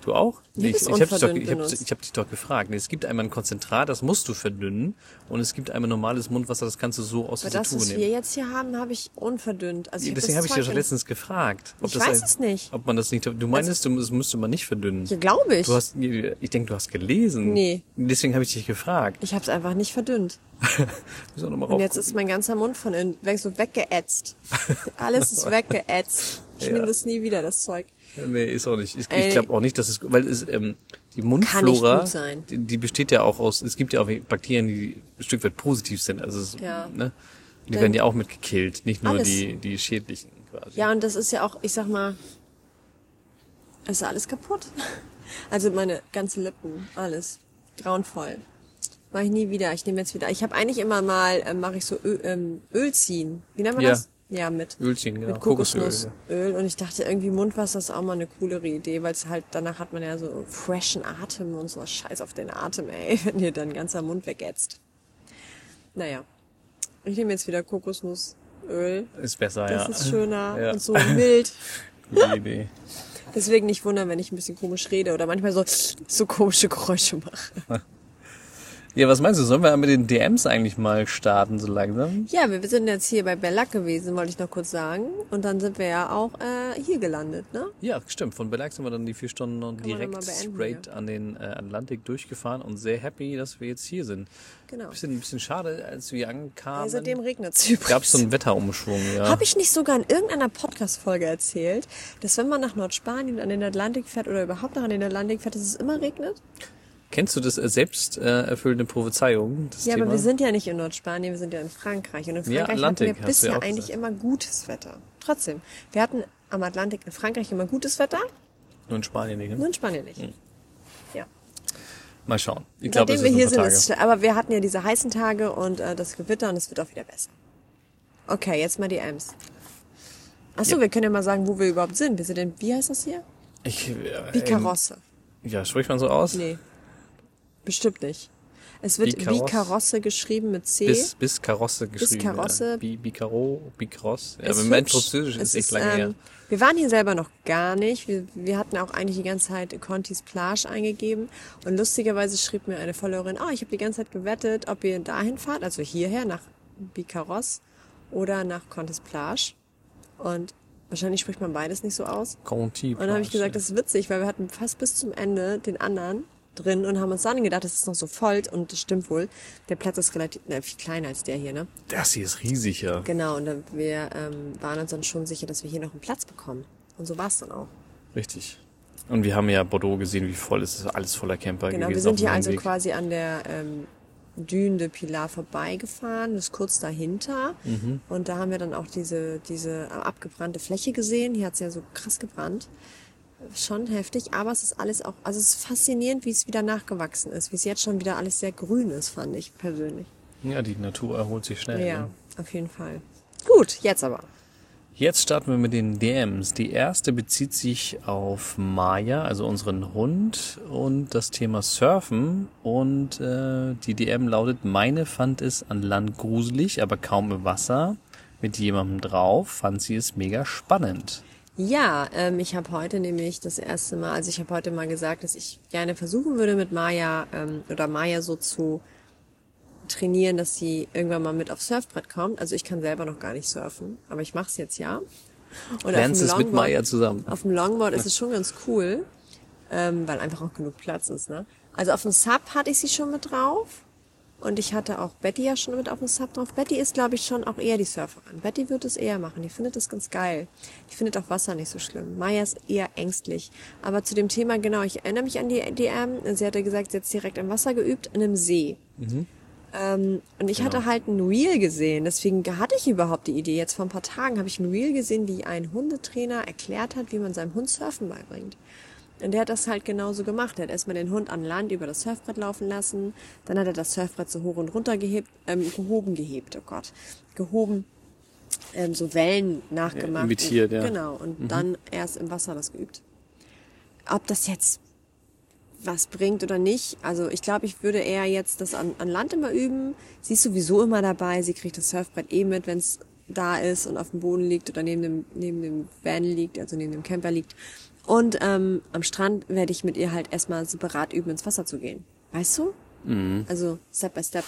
Du auch? Nee, ich
bist
ich habe dich, doch-
unverdünnt
ich hab,
benutzt.
ich hab dich doch gefragt. Nee, es gibt einmal ein Konzentrat, das musst du verdünnen. Und es gibt einmal normales Mundwasser, das kannst du so aus
Aber
dieser
das,
Tube
was wir
nehmen.
jetzt hier haben, habe ich unverdünnt. Also ich
Deswegen
das
habe ich
Zeug
dir schon
in-
letztens gefragt. Ob
Ich
das
weiß
ein-
es nicht. Also
Ob man das nicht... Du meinst, du, das müsste man nicht verdünnen.
Ja, glaube ich.
Du hast, ich denke, du hast gelesen.
Nee.
Deswegen habe ich dich gefragt.
ich habe es einfach nicht verdünnt.
Müssen wir noch mal
Und jetzt
raufgucken.
ist mein ganzer Mund von innen weg, so weggeätzt. Alles ist weggeätzt. Ich
Ja.
nehme das nie wieder, das Zeug.
Nee, ist auch nicht. Ich, ich
Ey.
glaube auch nicht, dass es, weil es ähm, die
Kann nicht
Mundflora,
gut sein.
Die, die besteht ja auch aus, es gibt ja auch Bakterien, die ein Stück weit positiv sind. Also es,
Ja.
ne, die
Denn-
werden ja auch mitgekillt, nicht nur
Alles.
die die schädlichen quasi.
Ja, und das ist ja auch, ich sag mal, ist alles kaputt. Also meine ganzen Lippen, alles. Grauenvoll. Mach ich nie wieder. Ich nehme jetzt wieder. Ich habe eigentlich immer mal, ähm, mache ich so Ö ähm, Öl ziehen. Wie nennt man
Ja.
das? Ja, mit.
Ölchen, genau.
mit
Kokosöl.
Kokosnussöl. Und ich dachte irgendwie Mundwasser ist auch mal eine coolere Idee, weil es halt danach hat man ja so freshen Atem und so Scheiß auf den Atem, ey, wenn dir dein ganzer Mund wegätzt. Naja, ich nehme jetzt wieder Kokosnussöl.
ja. Ist besser, ja.
Das ist schöner
Ja.
und so mild.
Gute Idee.
Deswegen nicht wundern, wenn ich ein bisschen komisch rede oder manchmal so, so komische Geräusche mache.
Ja, was meinst du? Sollen wir mit den DMs eigentlich mal starten so langsam?
Ja, wir sind jetzt hier bei Bellac gewesen, wollte ich noch kurz sagen. Und dann sind wir ja auch äh, hier gelandet, ne?
Ja, stimmt. Von Belag sind wir dann die vier Stunden noch
man dann mal
direkt
beenden,
straight an den äh, Atlantik durchgefahren und sehr happy, dass wir jetzt hier sind.
Genau.
Bisschen, bisschen schade, als wir ankamen.
Ja, seitdem regnet es übrigens.
Gab es so einen Wetterumschwung, ja.
Habe ich nicht sogar in irgendeiner Podcast-Folge erzählt, dass wenn man nach Nordspanien an den Atlantik fährt oder überhaupt nach an den Atlantik fährt, dass es immer regnet?
Kennst du das äh, selbst äh, erfüllende Prophezeiung? Das
Ja,
Thema?
aber wir sind ja nicht in Nordspanien, wir sind ja in Frankreich. Und in
Ja,
Frankreich hatten
Atlantik, hast du
wir
ja
bisher
auch
eigentlich
gesagt.
immer gutes Wetter. Trotzdem, wir hatten am Atlantik in Frankreich immer gutes Wetter,
Nur in Spanien, nicht,
nur
ne?
in Spanien nicht. Ja.
Mal schauen. Ich glaube, das
Seitdem wir hier
ist ein
sind,
paar
ist es
Tage.
schlecht. aber wir hatten ja diese heißen Tage und äh, das Gewitter und es wird auch wieder besser. Okay, jetzt mal die Ems. Achso,
Ja.
wir können ja mal sagen, wo wir überhaupt sind. Wir sind in, wie heißt das hier?
Ich, äh,
Wie Karosse.
Ähm, ja, spricht man so aus?
Nee. Bestimmt nicht. Es wird
Wie
wie,
Kaross-
Karosse geschrieben mit C.
Bis, bis Karosse geschrieben. Ja.
Karosse.
Bi, Bicaro, Bicross. Ja,
Ist
aber mein
hübsch.
Französisch ist
Es
echt lange
ähm,
her.
Wir waren hier selber noch gar nicht. Wir, wir hatten auch eigentlich die ganze Zeit Contis Plage eingegeben. Und lustigerweise schrieb mir eine Followerin, oh, ich habe die ganze Zeit gewettet, ob ihr dahin fahrt, also hierher nach Bicaros oder nach Contis Plage. Und wahrscheinlich spricht man beides nicht so aus.
Conti.
Und dann habe ich gesagt, das ist witzig, weil wir hatten fast bis zum Ende den anderen drin und haben uns dann gedacht, das ist noch so voll und das stimmt wohl. Der Platz ist relativ, na, viel kleiner als der hier, ne?
das hier ist riesig, ja.
Genau, und dann, wir ähm, waren uns dann schon sicher, dass wir hier noch einen Platz bekommen. Und so war es dann auch.
Richtig. Und wir haben ja Bordeaux gesehen, wie voll es ist. Alles voller Camper
Genau, wir
gewesen auf
sind
dem
hier also
Heimweg.
quasi an der ähm, Dune de Pilar vorbeigefahren, das ist kurz dahinter. Und da haben wir dann auch diese, diese äh, abgebrannte Fläche gesehen. Hier hat es ja so krass gebrannt. Schon heftig, aber es ist alles auch, also es ist faszinierend, wie es wieder nachgewachsen ist, wie es jetzt schon wieder alles sehr grün ist, fand ich persönlich.
Ja, die Natur erholt sich schnell.
ja
Ne?
auf jeden Fall. Gut, jetzt aber.
Jetzt starten wir mit den DMs. Die erste bezieht sich auf Maya, also unseren Hund, und das Thema Surfen. Und äh, die DM lautet, meine fand es an Land gruselig, aber kaum im Wasser. Mit jemandem drauf fand sie es mega spannend.
Ja, ähm, ich habe heute nämlich das erste Mal, also ich habe heute mal gesagt, dass ich gerne versuchen würde, mit Maya ähm, oder Maya so zu trainieren, dass sie irgendwann mal mit aufs Surfbrett kommt. Also ich kann selber noch gar nicht surfen, aber ich mache es jetzt ja. Und auf
Lernst
dem
es mit
Longboard-
Maya zusammen.
Auf dem Longboard ist es schon ganz cool, ähm, weil einfach auch genug Platz ist. Ne? Also auf dem Sub hatte ich sie schon mit drauf und ich hatte auch Betty ja schon mit auf dem Sub drauf. Betty ist, glaube ich, schon auch eher die Surferin. Betty wird es eher machen. Die findet das ganz geil. Die findet auch Wasser nicht so schlimm. Maya ist eher ängstlich. Aber zu dem Thema, genau, ich erinnere mich an die DM. Sie hatte gesagt, sie hat direkt im Wasser geübt, in einem See. Ähm, und ich
Genau.
hatte halt ein Reel gesehen, deswegen hatte ich überhaupt die Idee. Jetzt vor ein paar Tagen habe ich ein Reel gesehen, wie ein Hundetrainer erklärt hat, wie man seinem Hund Surfen beibringt. Und der hat das halt genauso gemacht. Er hat erstmal den Hund an Land über das Surfbrett laufen lassen, dann hat er das Surfbrett so hoch und runter gehebt, ähm, gehoben gehebt, oh Gott, gehoben, ähm, so Wellen nachgemacht.
Äh, imitiert, ja. Mhm.
Genau, und dann erst im Wasser das geübt. Ob das jetzt was bringt oder nicht. Also ich glaube, ich würde eher jetzt das an, an Land immer üben. Sie ist sowieso immer dabei. Sie kriegt das Surfbrett eh mit, wenn es da ist und auf dem Boden liegt oder neben dem, neben dem Van liegt, also neben dem Camper liegt. Und ähm, am Strand werde ich mit ihr halt erstmal separat üben, ins Wasser zu gehen. Weißt du? Also Step by Step.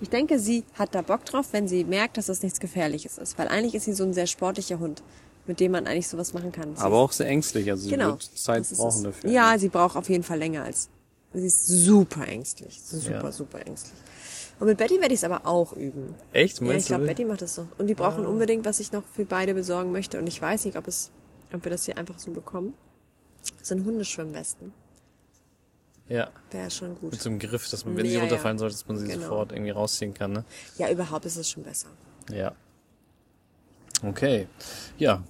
Ich denke, sie hat da Bock drauf, wenn sie merkt, dass das nichts Gefährliches ist. Weil eigentlich ist sie so ein sehr sportlicher Hund, mit dem man eigentlich sowas machen kann. Sie
Aber auch sehr ängstlich, also sie
Genau.
wird Zeit
das ist
brauchen
es.
dafür. ne?
Ja, sie braucht auf jeden Fall länger als. Sie ist super ängstlich. Super,
Ja.
super ängstlich. Und mit Betty werde ich es aber auch üben.
Echt?
Ja, ich
Meinst
glaube,
du? Ah.
Betty macht das noch. Und die brauchen unbedingt, was ich noch für beide besorgen möchte. Und ich weiß nicht, ob, es, ob wir das hier einfach so bekommen. Das sind Hundeschwimmwesten.
ja.
Wäre schon gut.
Mit so einem Griff, dass man, wenn sie
Ja, ja.
runterfallen sollte, dass man sie
Genau.
sofort irgendwie rausziehen kann, ne?
Ja, überhaupt ist es schon besser.
Ja. Okay. Ja.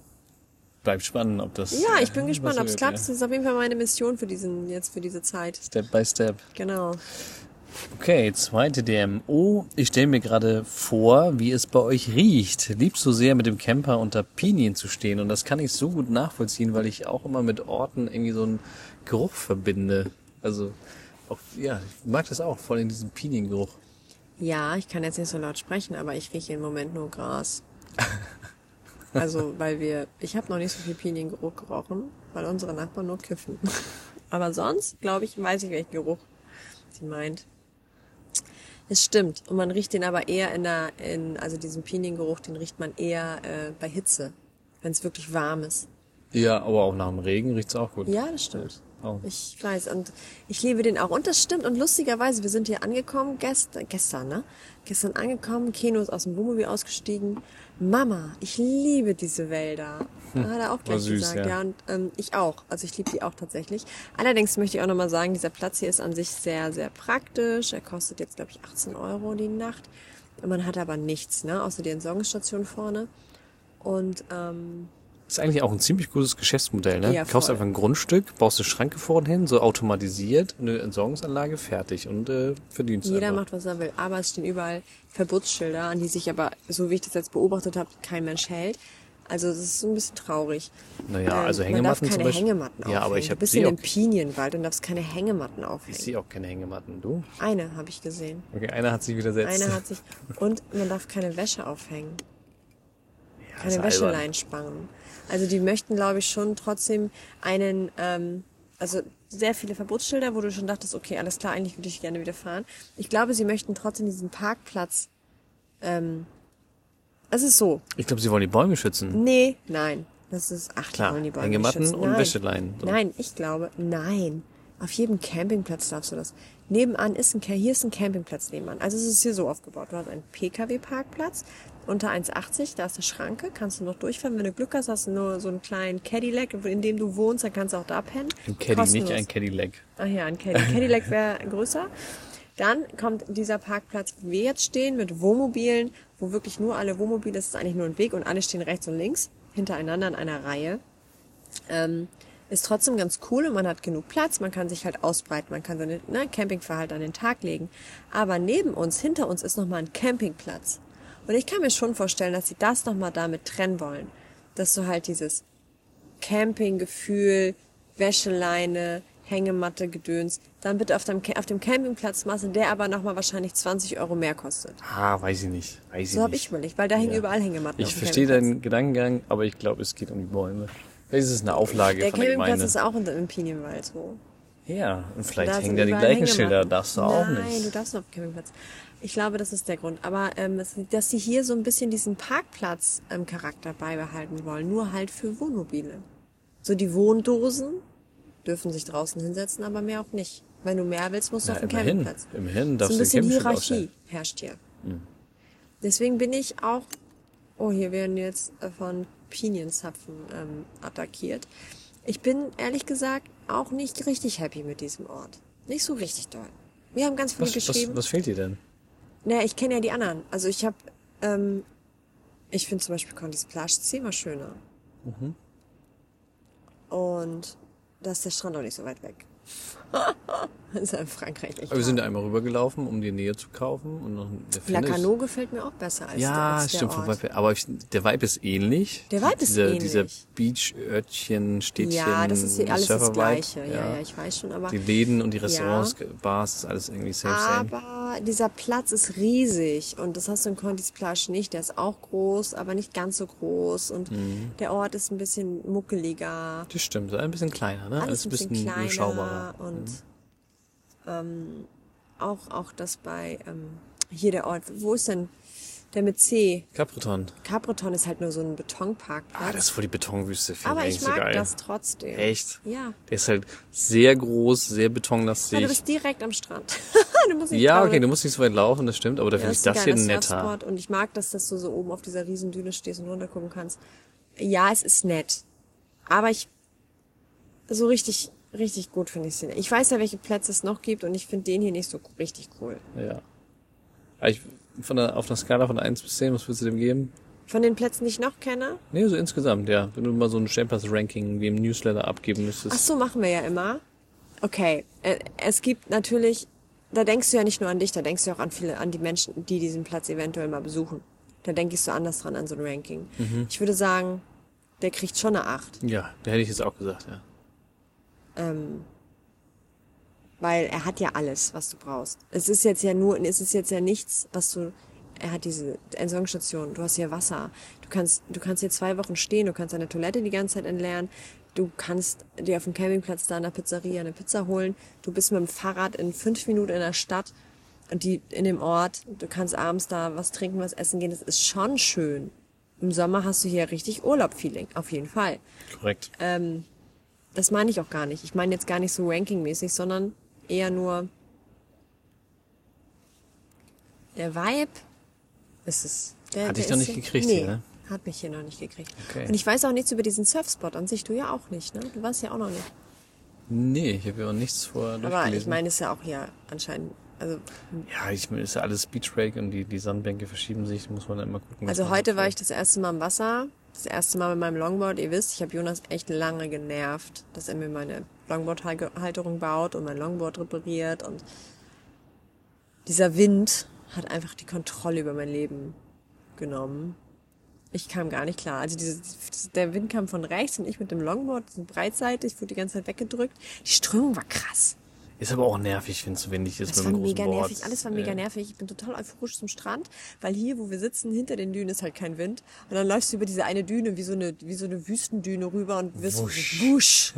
Bleibt spannend, ob das.
Ja, ich
äh,
bin gespannt,
was
ob es
wird,
klappt.
ja.
Das ist auf jeden Fall meine Mission für diesen, jetzt für diese Zeit.
Step by step.
Genau.
Okay, zweite DMO. Ich stelle mir gerade vor, wie es bei euch riecht. Liebst du sehr, mit dem Camper unter Pinien zu stehen? Und das kann ich so gut nachvollziehen, weil ich auch immer mit Orten irgendwie so einen Geruch verbinde. Also, auch, ja, ich mag das auch, voll in diesem Piniengeruch.
Ja, ich kann jetzt nicht so laut sprechen, aber ich rieche im Moment nur Gras. Also, weil wir, ich habe noch nicht so viel Piniengeruch gerochen, weil unsere Nachbarn nur kiffen. Aber sonst, glaube ich, weiß ich, welchen Geruch sie meint. Es stimmt. Und man riecht den aber eher in der, in, also diesen Piniengeruch, den riecht man eher äh, bei Hitze, wenn es wirklich warm ist.
Ja, aber auch nach dem Regen riecht's auch gut.
Ja, das stimmt.
Oh.
Ich weiß und ich liebe den auch. Und das stimmt. Und lustigerweise, wir sind hier angekommen, gest gestern, ne? Gestern angekommen, Keno ist aus dem Wohnmobil ausgestiegen. Mama, ich liebe diese Wälder. Hat er auch gleich
Hm. süß,
gesagt.
ja.
Ja, und ähm, ich auch. Also ich liebe die auch tatsächlich. Allerdings möchte ich auch nochmal sagen, dieser Platz hier ist an sich sehr, sehr praktisch. Er kostet jetzt, glaube ich, 18 Euro die Nacht. Und man hat aber nichts, ne? Außer die Entsorgungsstation vorne. Und ähm,
Ist eigentlich auch ein ziemlich gutes Geschäftsmodell, ne?
Ja,
du kaufst
voll.
einfach ein Grundstück, baust eine Schranke vorne hin, so automatisiert, eine Entsorgungsanlage, fertig und äh, verdienst
Jeder
einfach.
macht, was er will. Aber es stehen überall Verbotsschilder, an die sich aber, so wie ich das jetzt beobachtet habe, kein Mensch hält. Also das ist so ein bisschen traurig.
Naja,
Ähm,
also
Man darf
Hängematten
keine
zum Beispiel.
Hängematten aufhängen.
ja, aber ich
du
habe
bist in einem
auch,
Pinienwald und darfst keine Hängematten aufhängen.
ich sehe auch keine Hängematten. Du?
Eine habe ich gesehen.
Okay, einer hat sich widersetzt.
Eine hat sich. Und man darf keine Wäsche aufhängen.
ja, ist albern.
keine Wäscheleinen Also die möchten, glaube ich, schon trotzdem einen, ähm, also sehr viele Verbotsschilder, wo du schon dachtest, okay, alles klar, eigentlich würde ich gerne wieder fahren. Ich glaube, sie möchten trotzdem diesen Parkplatz. Ähm, es ist so.
Ich glaube, sie wollen die Bäume schützen.
Nee, nein. Das ist, ach,
Klar,
die wollen die Bäume
Hängematten
nicht schützen.
und
nein.
Wäscheleinen. So.
Nein, ich glaube, nein. Auf jedem Campingplatz darfst du das. Nebenan ist ein, Ca- hier ist ein Campingplatz nebenan. Also es ist hier so aufgebaut. Du hast einen Pkw-Parkplatz unter 1,80, da ist eine Schranke, kannst du noch durchfahren. Wenn du Glück hast, hast du nur so einen kleinen Cadillac, in dem du wohnst, dann kannst du auch da pennen.
Ein Caddy, nicht
Kostenlos.
ein Cadillac.
Ach ja, Oh, ein Cadillac. Cadillac wäre größer. Dann kommt dieser Parkplatz, wo wir jetzt stehen, mit Wohnmobilen, wo wirklich nur alle Wohnmobile, das ist eigentlich nur ein Weg und alle stehen rechts und links hintereinander in einer Reihe. Ähm, ist trotzdem ganz cool und man hat genug Platz, man kann sich halt ausbreiten, man kann seine ne, Campingverhalt an den Tag legen. Aber neben uns, hinter uns ist nochmal ein Campingplatz. Und ich kann mir schon vorstellen, dass sie das nochmal damit trennen wollen. Dass du halt dieses Campinggefühl, Wäscheleine, Hängematte, Gedöns, dann bitte auf dem, Ca- auf dem Campingplatz machen, der aber nochmal wahrscheinlich 20 Euro mehr kostet.
Ah, weiß ich nicht. Weiß ich
So habe
nicht.
ich überlegt, weil da hängen
Ja.
überall Hängematten. auf
Ich
dem
verstehe
Campingplatz.
deinen Gedankengang, aber ich glaube, es geht um die Bäume. Vielleicht ist es eine Auflage
Der
von der
Campingplatz
Gemeinde.
ist auch in im Pinienwald so.
ja, und vielleicht
Da
hängen
sind
da die
überall
gleichen
Hängematten.
Schilder. Darfst du auch
Nein,
nicht.
du darfst nicht auf dem Campingplatz. Ich glaube, das ist der Grund. Aber ähm, es- dass sie hier so ein bisschen diesen Parkplatz-Charakter beibehalten wollen, nur halt für Wohnmobile. So die Wohndosen dürfen sich draußen hinsetzen, aber mehr auch nicht. Wenn du mehr willst, musst du
Ja,
auf dem
immerhin,
Campingplatz.
immerhin
so ein
darfst du
bisschen
den Campingplatz
Hierarchie
aufstellen. Mhm.
herrscht hier. Deswegen bin ich auch. Oh, hier werden jetzt äh, von Pinienzapfen ähm, attackiert. Ich bin ehrlich gesagt auch nicht richtig happy mit diesem Ort. Nicht so richtig doll. Wir haben ganz viele
Was,
geschrieben.
was, was fehlt dir denn?
Naja, ich kenne ja die anderen. Also ich habe, ähm, ich finde zum Beispiel Condis Plage zehnmal schöner.
Mhm.
Und da ist der Strand auch nicht so weit weg. das ist ja in Frankreich echt.
Aber wir sind
wahr.
da einmal rübergelaufen, um die Nähe zu kaufen. Und dann, der
La
Finde ist-
Cano gefällt mir auch besser als der,
Ja,
als
stimmt.
der
Vom
Ort.
Vibe, her. aber ich, der Vibe ist ähnlich.
Der Vibe ist
dieser,
ähnlich.
Dieser Beachörtchen, Städtchen,
Ja, das ist hier alles das
Surfer-Vibe,
Gleiche. Ja. ja, ich weiß schon, aber,
Die Läden und die Restaurants, Bars, ist alles irgendwie safe, same.
aber dieser Platz ist riesig und das hast du in Condis Plage nicht. Der ist auch groß, aber nicht ganz so groß und
Mhm.
der Ort ist ein bisschen muckeliger.
Das stimmt, ein bisschen kleiner, ne?
alles ein bisschen, kleiner
überschaubarer. Mhm.
und ähm, auch, auch das bei ähm, hier der Ort, wo ist denn der mit C?
Capriton.
Capreton ist halt nur so ein Betonparkplatz.
Ah, das ist voll die Betonwüste. Finde
aber
ich eigentlich
ich
so
mag
geil.
das trotzdem.
Echt?
Ja.
Der ist halt sehr groß, sehr
Ah, du
betonlastig.
bist direkt am Strand. du musst nicht
Ja,
trauen.
okay, du musst nicht so weit laufen, das stimmt, aber da finde ich
ein
das hier
geiler
netter.
Surfspot Und ich mag das, dass du so oben auf dieser riesen Düne stehst und runtergucken kannst. Ja, es ist nett. Aber ich, so richtig, richtig gut finde ich es nicht. Ich weiß ja, welche Plätze es noch gibt und ich finde den hier nicht so richtig cool.
Ja. Aber Ich, von der, auf einer Skala von 1 bis 10, was würdest du dem geben?
Von den Plätzen, die ich noch kenne.
Nee, so insgesamt, ja. Wenn du mal so ein Champions-Ranking wie im Newsletter abgeben
Ach
müsstest.
so, machen wir ja immer. Okay, äh, es gibt natürlich, da denkst du ja nicht nur an dich, da denkst du auch an viele, an die Menschen, die diesen Platz eventuell mal besuchen. Da denke ich so anders dran an so ein Ranking. Ich würde sagen, der kriegt schon eine Acht.
Ja, da hätte ich jetzt auch gesagt, ja.
weil er hat ja alles, was du brauchst. Es ist jetzt ja nur, es ist jetzt ja nichts, was du, er hat diese Entsorgungsstation, du hast hier Wasser, du kannst, du kannst hier zwei Wochen stehen, du kannst deine Toilette die ganze Zeit entleeren, du kannst dir auf dem Campingplatz da in der Pizzeria eine Pizza holen, du bist mit dem Fahrrad in fünf Minuten in der Stadt und die in dem Ort, du kannst abends da was trinken, was essen gehen, das ist schon schön. Im Sommer hast du hier richtig Urlaub-Feeling, auf jeden Fall.
Korrekt.
Das meine ich auch gar nicht. Ich meine jetzt gar nicht so rankingmäßig, sondern eher nur der Vibe ist es. Der,
Hat
der
dich noch
ist
nicht
hier-
gekriegt
nee,
hier, ne?
Hat mich hier noch nicht gekriegt.
Okay.
Und ich weiß auch nichts über diesen Surfspot an sich. Du ja auch nicht, ne? Du warst ja auch noch nicht.
nee, ich habe ja auch nichts vorher
Aber ich
durchgelesen.
meine, ist ja auch hier anscheinend. Also,
ja, ich meine, ist ja alles Beachbreak und die, die Sandbänke verschieben sich, muss man dann immer gucken. was
also
man
heute
macht.
war ich das erste Mal im Wasser. Das erste Mal mit meinem Longboard. Ihr wisst, ich habe Jonas echt lange genervt, dass er mir meine Longboard-Halterung baut und mein Longboard repariert und dieser Wind hat einfach die Kontrolle über mein Leben genommen. Ich kam gar nicht klar. Also diese, der Wind kam von rechts und ich mit dem Longboard so breitseitig, wurde die ganze Zeit weggedrückt. Die Strömung war krass.
Ist aber auch nervig, wenn es zu windig ist
Das
mit
war
dem großen
halt mega
Board.
nervig, alles war mega
Ja.
nervig. Ich bin total euphorisch zum Strand, weil hier, wo wir sitzen, hinter den Dünen ist halt kein Wind. Und dann läufst du über diese eine Düne, wie so eine, wie so eine Wüstendüne rüber und wirst
Wusch.
wusch.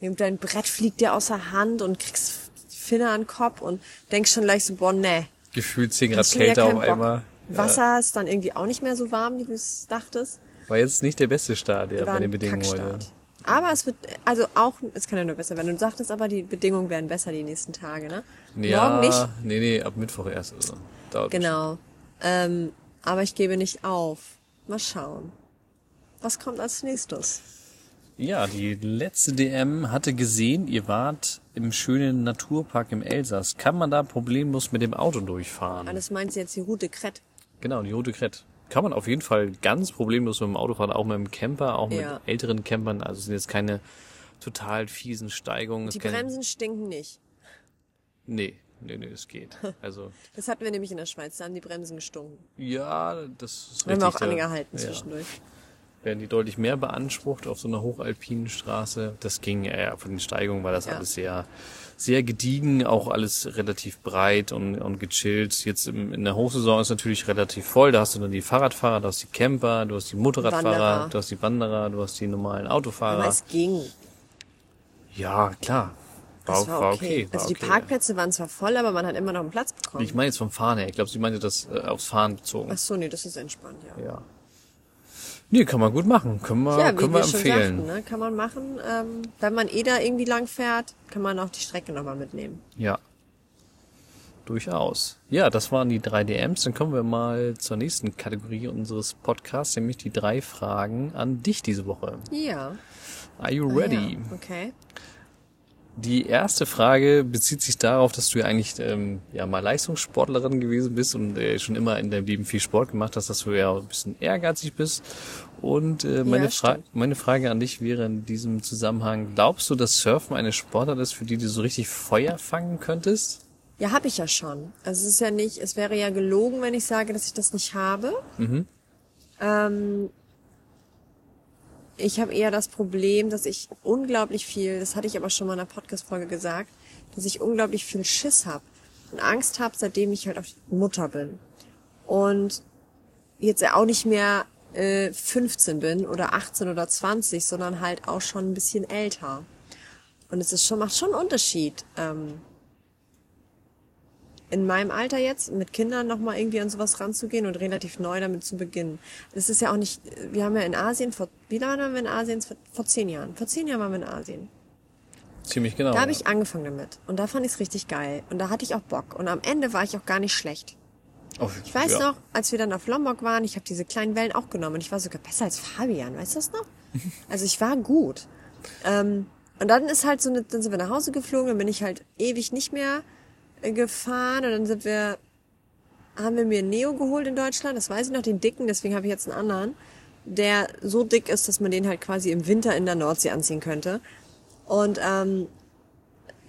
Und Dein Brett fliegt dir außer Hand und kriegst Finne an den Kopf und denkst schon gleich so, boah, nee.
Gefühlt 10 Grad
schon wieder
kälter
keinen
auf
Bock.
einmal.
Wasser ist dann irgendwie auch nicht mehr so warm, wie du es dachtest.
War jetzt nicht der beste Start ja,
War
bei den
ein
Bedingungen heute.
Kackstart. Aber es wird, also auch, es kann ja nur besser werden. Du sagtest aber, die Bedingungen werden besser die nächsten Tage, ne?
Ja,
Morgen nicht,
nee, nee, ab Mittwoch erst. Also. Dauert
Genau. Ähm, aber ich gebe nicht auf. Mal schauen. Was kommt als nächstes?
Ja, die letzte DM hatte gesehen, ihr wart im schönen Naturpark im Elsass. Kann man da problemlos mit dem Auto durchfahren?
Ah, das meinst du jetzt die Route Kret?
Genau, die Rote Krett. Kann man auf jeden Fall ganz problemlos mit dem Auto fahren, auch mit dem Camper, auch mit
Ja.
älteren Campern. Also es sind jetzt keine total fiesen Steigungen.
Die
es kann-
Bremsen stinken nicht.
Nee, nee, nee, es geht. Also,
Das hatten wir nämlich in der Schweiz, da haben die Bremsen gestunken.
ja, das ist
Da haben
richtig.
wir auch
da-
angehalten
ja,
zwischendurch.
Werden die deutlich mehr beansprucht auf so einer hochalpinen Straße. Das ging, äh, von den Steigungen war das
Ja.
alles sehr, sehr gediegen, auch alles relativ breit und, und gechillt. Jetzt im, in der Hochsaison ist natürlich relativ voll. Da hast du dann die Fahrradfahrer, du hast die Camper, du hast die Motorradfahrer,
Wanderer.
du hast die Wanderer, du hast die normalen Autofahrer.
Aber es ging.
Ja, klar. War,
Das
war okay. war
Also die
okay,
Parkplätze waren zwar voll, aber man hat immer noch einen Platz
Ja.
bekommen.
Ich meine jetzt vom Fahren her. Ich glaube, sie meinte das äh, aufs Fahren bezogen.
Ach so, nee, das ist entspannt, ja.
Ja. Nee, kann man gut machen. Können wir,
Ja, wie
können
wir
wir
schon
empfehlen.
sagten, ne? kann man machen. Ähm, wenn man eh da irgendwie lang fährt, kann man auch die Strecke nochmal mitnehmen.
Ja. Durchaus. Ja, das waren die drei DMs. Dann kommen wir mal zur nächsten Kategorie unseres Podcasts, nämlich die drei Fragen an dich diese Woche.
Ja.
Are you ready?
Ah, Ja, okay.
Die erste Frage bezieht sich darauf, dass du ja eigentlich ähm, ja mal Leistungssportlerin gewesen bist und äh, schon immer in deinem Leben viel Sport gemacht hast, dass du ja ein bisschen ehrgeizig bist. Und äh, meine, Fra
stimmt.
meine Frage an dich wäre in diesem Zusammenhang, glaubst du, dass Surfen eine Sportart ist, für die du so richtig Feuer fangen könntest?
Ja, habe ich ja schon. Also es ist ja nicht, es wäre ja gelogen, wenn ich sage, dass ich das nicht habe. Ähm, ich habe eher das Problem, dass ich unglaublich viel, das hatte ich aber schon mal in einer Podcast-Folge gesagt, dass ich unglaublich viel Schiss habe und Angst habe, seitdem ich halt auch Mutter bin. Und jetzt auch nicht mehr äh, 15 bin oder 18 oder 20, sondern halt auch schon ein bisschen älter. Und es ist schon, macht schon einen Unterschied. Ähm, in meinem Alter jetzt mit Kindern nochmal irgendwie an sowas ranzugehen und relativ neu damit zu beginnen. Das ist ja auch nicht, wir haben ja in Asien, vor, wie lange waren wir in Asien? Vor, vor zehn Jahren. Vor zehn Jahren waren wir in Asien.
Ziemlich genau.
Da habe ich angefangen damit und da fand ich es richtig geil und da hatte ich auch Bock und am Ende war ich auch gar nicht schlecht.
oh,
Ich weiß noch, als wir dann auf Lombok waren, ich habe diese kleinen Wellen auch genommen und ich war sogar besser als Fabian, weißt du das noch? Also ich war gut. Ähm, und dann ist halt so eine, dann sind wir nach Hause geflogen, dann bin ich halt ewig nicht mehr äh, gefahren und dann sind wir, haben wir mir einen Neo geholt in Deutschland, das weiß ich noch, den dicken, deswegen habe ich jetzt einen anderen, der so dick ist, dass man den halt quasi im Winter in der Nordsee anziehen könnte. Und ähm,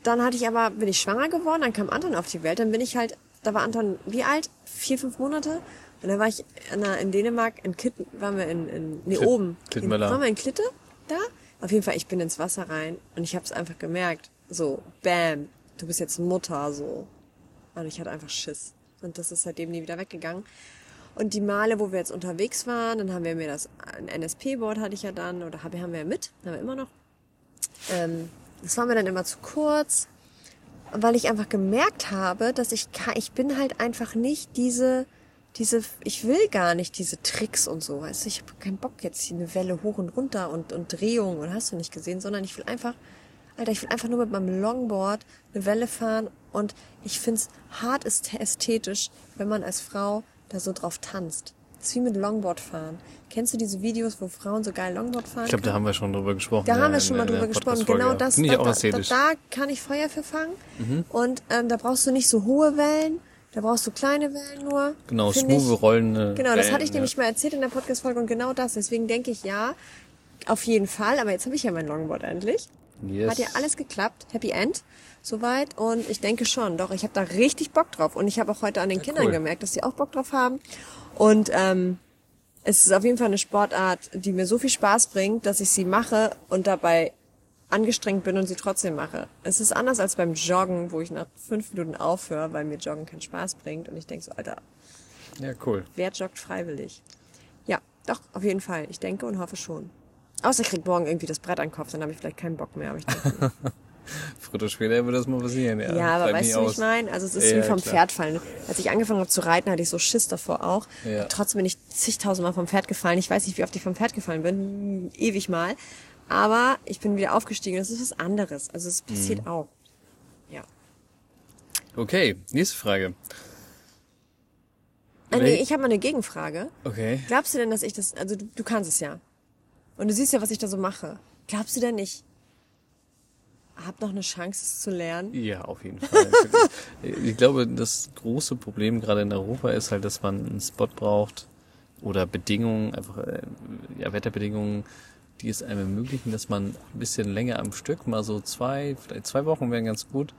dann hatte ich aber, bin ich schwanger geworden, dann kam Anton auf die Welt, dann bin ich halt, da war Anton wie alt? Vier, fünf Monate? Und da war ich in, der, in Dänemark, in Kitten, waren wir in, in nee,
Klitt-
oben.
Klittenmöller.
In, waren wir in Klitte da? Auf jeden Fall, ich bin ins Wasser rein und ich habe es einfach gemerkt. So, bam, du bist jetzt Mutter, so. Und ich hatte einfach Schiss. Und das ist seitdem nie wieder weggegangen. Und die Male, wo wir jetzt unterwegs waren, dann haben wir mir das, ein NSP-Board hatte ich ja dann, oder hab, haben wir ja mit, haben wir immer noch. Ähm, das war mir dann immer zu kurz, weil ich einfach gemerkt habe, dass ich kann, ich bin halt einfach nicht diese, diese, ich will gar nicht diese Tricks und so. Weißt du, ich habe keinen Bock jetzt hier eine Welle hoch und runter und, und Drehung und hast du nicht gesehen, sondern ich will einfach, Alter, ich will einfach nur mit meinem Longboard eine Welle fahren und ich find's hart ist ästhetisch, wenn man als Frau da so drauf tanzt. Das ist wie mit Longboard fahren. Kennst du diese Videos, wo Frauen so geil Longboard fahren?
Ich glaube, da haben wir schon drüber gesprochen.
Da
ja,
haben wir
in-
schon mal
in der
drüber gesprochen.
Äh, Podcast-Folge.
Genau das,
Finde
da,
ich auch Mhm.
da, da,
ästhetisch.
da kann ich Feuer für fangen. Und ähm, da brauchst du nicht so hohe Wellen, da brauchst du kleine Wellen nur.
Genau,
Find ich-
smooth rollende.
Genau, das hatte ich
Wellen,
nämlich mal erzählt in der Podcast-Folge und genau das. Deswegen denke ich, ja, auf jeden Fall. Aber jetzt habe ich ja mein Longboard endlich.
Yes.
Hat ja alles geklappt. Happy End. Soweit. Und ich denke schon, doch, ich habe da richtig Bock drauf. Und ich habe auch heute an den Kindern
cool.
gemerkt, dass sie auch Bock drauf haben. Und ähm, es ist auf jeden Fall eine Sportart, die mir so viel Spaß bringt, dass ich sie mache und dabei angestrengt bin und sie trotzdem mache. Es ist anders als beim Joggen, wo ich nach fünf Minuten aufhöre, weil mir Joggen keinen Spaß bringt und ich denke so, Alter,
Ja, cool.
wer joggt freiwillig? Ja, doch, auf jeden Fall. Ich denke und hoffe schon. Außer ich krieg morgen irgendwie das Brett an den Kopf, dann habe ich vielleicht keinen Bock mehr. Aber ich denke,
Früher oder später wird das mal passieren, ja.
ja, aber
Bleib nie
weißt du, wie
aus.
ich meine? Also es ist
Ja,
wie vom
klar.
Pferd fallen. Als ich angefangen habe zu reiten, hatte ich so Schiss davor auch.
Ja.
Trotzdem bin ich zigtausendmal vom Pferd gefallen. Ich weiß nicht, wie oft ich vom Pferd gefallen bin. Hm, Ewig mal. Aber ich bin wieder aufgestiegen. Das ist was anderes. Also
Mhm.
es passiert auch. Ja.
Okay, nächste Frage.
Ah, nee,
Wel-
ich habe mal eine Gegenfrage.
Okay.
Glaubst du denn, dass ich das, also du, du kannst es ja. Und du siehst ja, was ich da so mache. Glaubst du denn, ich hab noch eine Chance, es zu lernen?
Ja, auf jeden Fall. ich glaube, das große Problem gerade in Europa ist halt, dass man einen Spot braucht oder Bedingungen, einfach äh, ja, Wetterbedingungen, die es einem ermöglichen, dass man ein bisschen länger am Stück, mal so zwei, vielleicht zwei Wochen wären ganz gut,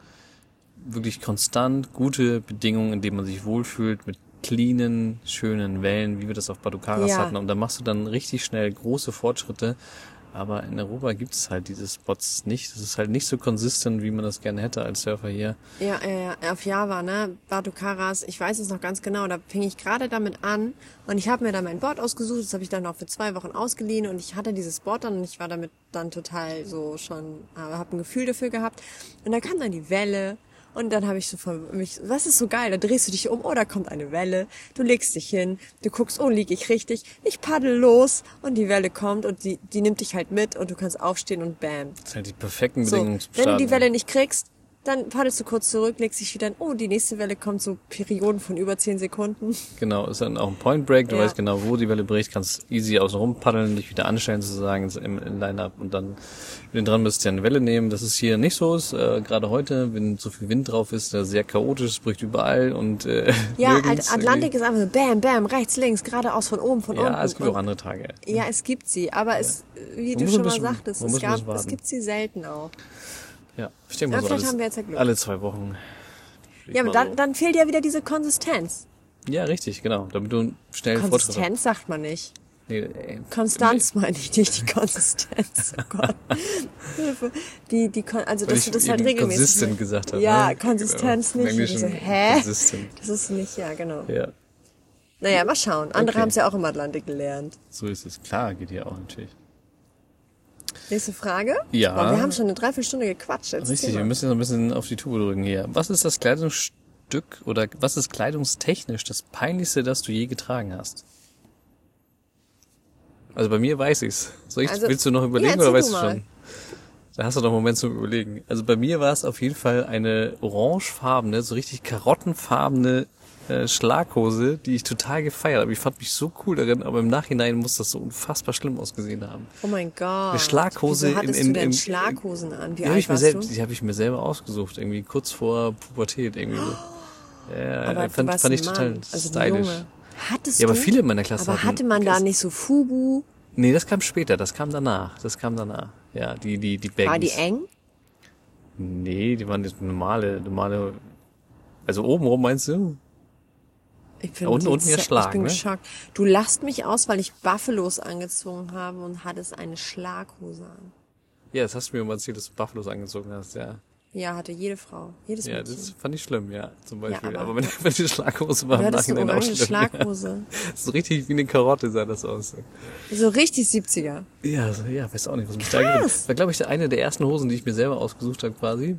wirklich konstant gute Bedingungen, in denen man sich wohlfühlt, mit cleanen, schönen Wellen, wie wir das auf Baducaras
Ja.
hatten. Und da machst du dann richtig schnell große Fortschritte. Aber in Europa gibt es halt diese Spots nicht. Das ist halt nicht so konsistent, wie man das gerne hätte als Surfer hier.
Ja, ja, ja, auf Java, ne? Batucaras, ich weiß es noch ganz genau, da fing ich gerade damit an und ich habe mir da mein Board ausgesucht, das habe ich dann noch für zwei Wochen ausgeliehen und ich hatte dieses Board dann und ich war damit dann total so schon, aber habe ein Gefühl dafür gehabt und dann kam dann die Welle und dann habe ich so von mich, was ist so geil, da drehst du dich um, oh, da kommt eine Welle, du legst dich hin, du guckst, oh, lieg ich richtig, ich paddel los und die Welle kommt und die, die nimmt dich halt mit und du kannst aufstehen und bam,
Das sind halt die perfekten
so,
Bedingungen zum
wenn du die
Starten.
Welle nicht kriegst, dann paddelst du kurz zurück, legst dich wieder in, oh, die nächste Welle kommt so Perioden von über 10 Sekunden.
Genau, ist dann auch ein Point Break. Du
Ja.
weißt genau, wo die Welle bricht, kannst easy außen rum paddeln, dich wieder anstellen sozusagen im, im Line-Up und dann, wenn du dran bist, dir eine Welle nehmen. Das ist hier nicht so, ist, äh, gerade heute, wenn so viel Wind drauf ist, da sehr chaotisch, es bricht überall und äh,
Ja,
nirgends
At Atlantik
irgendwie.
ist einfach so bam, bam, rechts, links, geradeaus, von oben, von unten.
Ja, es gibt auch
Und-
andere Tage.
ja, es gibt sie, aber es, wie
Man
du
muss
schon
ein bisschen-
mal sagtest,
man
es,
muss ein
gab,
bisschen
es
warten.
gibt sie selten auch.
Ja, ich denke mal
Ja,
so
vielleicht
alles,
haben wir jetzt ja Glück.
alle zwei Wochen.
Ja, aber
Mal
dann,
so.
dann fehlt ja wieder diese Konsistenz.
Ja, richtig, genau. Damit du schnell Fortschritt hast.
Konsistenz sagt man nicht.
Nee, äh,
Konstanz meine ich nicht, die Konsistenz. Oh Gott. Hilfe. Die, die, Kon also,
Weil
dass
ich
du das halt
eben
regelmäßig.
consistent gesagt habe,
Ja,
ne?
Konsistenz
Genau. Im
nicht. Ich so,
Englischen
hä?
consistent.
Das ist nicht, ja, genau.
Ja,
Naja, mal schauen. Andere
Okay.
haben es ja auch im Atlantik gelernt.
so ist es. Klar, geht hier auch natürlich.
Nächste Frage?
Ja.
Boah, wir haben schon eine Dreiviertelstunde gequatscht. Jetzt
Richtig, wir müssen so ein bisschen auf die Tube drücken hier. Was ist das Kleidungsstück oder was ist kleidungstechnisch das peinlichste, das du je getragen hast? Also bei mir weiß ich's. Soll ich,
Also-
willst du noch
Ja,
überlegen
erzähl
oder weißt
du
du
mal.
schon? Da hast du noch einen Moment zum Überlegen. Also bei mir war es auf jeden Fall eine orangefarbene, so richtig karottenfarbene äh, Schlaghose, die ich total gefeiert habe. Ich fand mich so cool darin, aber im Nachhinein muss das so unfassbar schlimm ausgesehen haben.
Oh mein Gott.
Eine Schlaghose
Wieso
im-
hattest
im-
du denn
im-
Schlaghosen an? Wie
Die habe
alt
ich, mir
warst
selb-
du?
die hab ich mir selber ausgesucht, irgendwie kurz vor Pubertät irgendwie so. Ja,
Oh, Aber
aber
du
äh, fand,
warst
fand ich
ein
total
Mann, also ein
stylisch.
Junge. Hattest
Ja, aber
du?
viele in meiner Klasse
Aber
hatten-
hatte man da nicht so Fubu?
Nee, das kam später, das kam danach, das kam danach. Ja, die die die Baggies.
War die eng?
Nee, die waren jetzt normale, normale also oben rum meinst du?
Ich bin
Ja, unten-
jetzt-
unten ja Schlag,
Ich bin
ne?
geschockt. Du lachst mich aus, weil ich Buffalos angezogen habe und hattest eine Schlaghose an.
Ja, das hast du mir mal erzählt, dass du Buffalos angezogen hast, ja.
Ja, hatte jede Frau. Jedes
Ja,
Mädchen.
das fand ich schlimm, ja, zum Beispiel.
aber-
aber wenn, wenn die Schlaghose war
du
im
hattest eine
Nachhinein auch
orange
schlimm.
Schlaghose.
So richtig wie eine Karotte sah das aus.
So richtig 70er.
Ja, so- ja, weiß auch nicht, was mich da geritten hat. War, glaube ich, eine der ersten Hosen, die ich mir selber ausgesucht habe, quasi.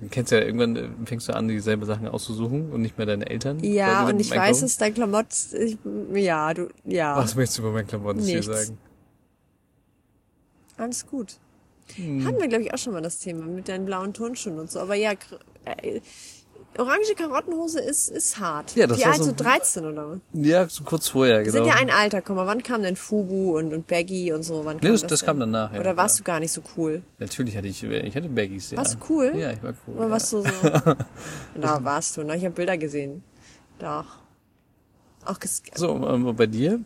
Du kennst ja, irgendwann äh, fängst du an, dieselbe Sachen auszusuchen und nicht mehr deine Eltern.
Ja,
quasi
und
mit
ich
dem
weiß
Einkaufen.
es, dein Klamott, ich, ja, du, ja,
Was möchtest du über meine Klamotten hier
Nichts.
sagen?
alles gut.
Hm.
Hatten wir, glaube ich, auch schon mal das Thema mit deinen blauen Turnschuhen und so. Aber ja, gr- äh, orange Karottenhose ist, ist hart.
Ja, das
Die
war
alt
so-
so 13 oder was?
Ja, so kurz vorher,
Wir
genau.
sind ja ein Alter, guck mal, wann kam denn Fubu und, und Baggy und so? Wann kam
das- das
denn?
kam danach, ja,
Oder warst
ja.
du gar nicht so cool?
Natürlich hatte ich, äh, ich hatte Baggies, ja.
Warst du cool?
Ja, ich war cool.
Oder
ja.
warst du so? da warst du, ne? Ich habe Bilder gesehen. Doch. Auch ges
So, ähm, bei dir?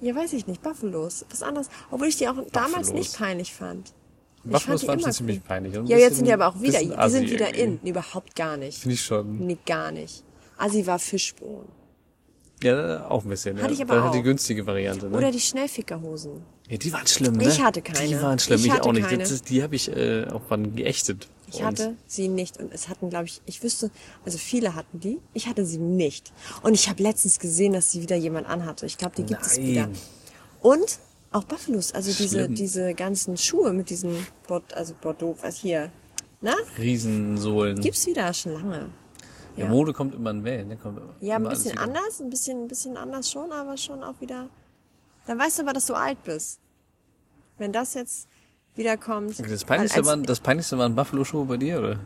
Ja, weiß ich nicht. Buffalos. Was anderes. Obwohl ich die auch damals
Buffalos.
nicht peinlich fand. Ich fand
Buffalos
die
waren
immer
schon
cool.
ziemlich peinlich. und ein
Ja, jetzt sind die
bisschen-
aber auch wieder,
bisschen
die sind
assi
wieder
irgendwie.
in. Nee, überhaupt gar nicht.
Finde ich schon.
Nee, gar nicht. Assi war Fischbohnen.
Ja, auch ein bisschen.
Hatte
ja.
ich aber
Dann halt
auch.
die günstige Variante. Ne?
Oder die Schnellfickerhosen.
ja, die waren schlimm, ne?
Ich hatte keine.
Die waren schlimm,
Ich
ich,
hatte
auch nicht.
keine.
Das ist, die habe ich äh, auch wann geächtet.
Ich
Und-
hatte sie nicht und es hatten, glaube ich, ich wüsste, also viele hatten die, ich hatte sie nicht. Und ich habe letztens gesehen, dass sie wieder jemand anhatte. Ich glaube, die gibt es
Nein.
wieder. Und auch Buffalos, also diese,
Schlimm.
diese ganzen Schuhe mit diesen, Bord, also Bordeaux, was hier, na,
Riesensohlen.
gibt's wieder schon lange.
ja. Mode kommt immer in Wellen. Ne? Kommt
Ja, ein
immer alles
bisschen
wieder.
anders, ein bisschen, ein bisschen anders schon, aber schon auch wieder. Dann weißt du aber, dass du alt bist. Wenn das jetzt wiederkommt.
Das peinlichste,
als-
waren, das peinlichste waren Buffalo-Schuhe bei dir, oder?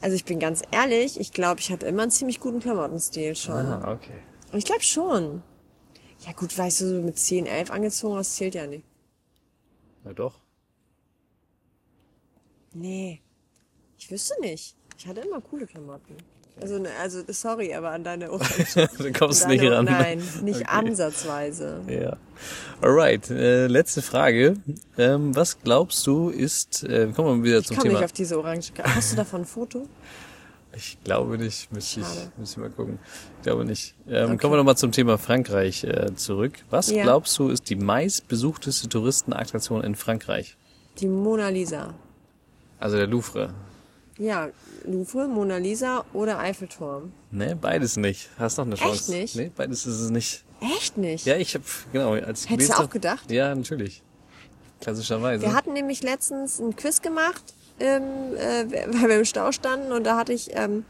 Also ich bin ganz ehrlich, ich glaube, ich hatte immer einen ziemlich guten Klamottenstil schon.
Ah, okay.
Ich glaube schon. Ja gut, weißt du, so mit 10, 11 angezogen, das zählt ja nicht.
Na doch.
Nee, ich wüsste nicht. Ich hatte immer coole Klamotten. Also, ne, also sorry, aber an deine Ohren.
Dann kommst du nicht ran.
Nein, nicht
Okay.
ansatzweise.
Ja. Alright, äh, letzte Frage. Ähm, was glaubst du ist, äh, kommen wir mal wieder
Ich
zum
komme nicht
Thema.
auf diese orange. Hast du davon ein Foto?
Ich glaube nicht, müsste
Schade.
ich, müsste ich mal gucken. Ich glaube nicht. Ähm, Kommen wir nochmal zum Thema Frankreich äh, zurück. Was
Ja.
glaubst du ist die meistbesuchteste Touristenattraktion in Frankreich?
Die Mona Lisa.
Also der Louvre.
Ja, Louvre, Mona Lisa oder Eiffelturm.
Ne, beides nicht. Hast noch eine Chance.
nicht?
Nee, beides ist es nicht.
Echt nicht?
Ja, ich habe genau als ich
Hättest
gelesen
du auch
hab-
gedacht?
Ja, natürlich. Klassischerweise.
Wir hatten nämlich letztens ein Quiz gemacht, ähm, äh, weil wir im Stau standen und da hatte ich ähm,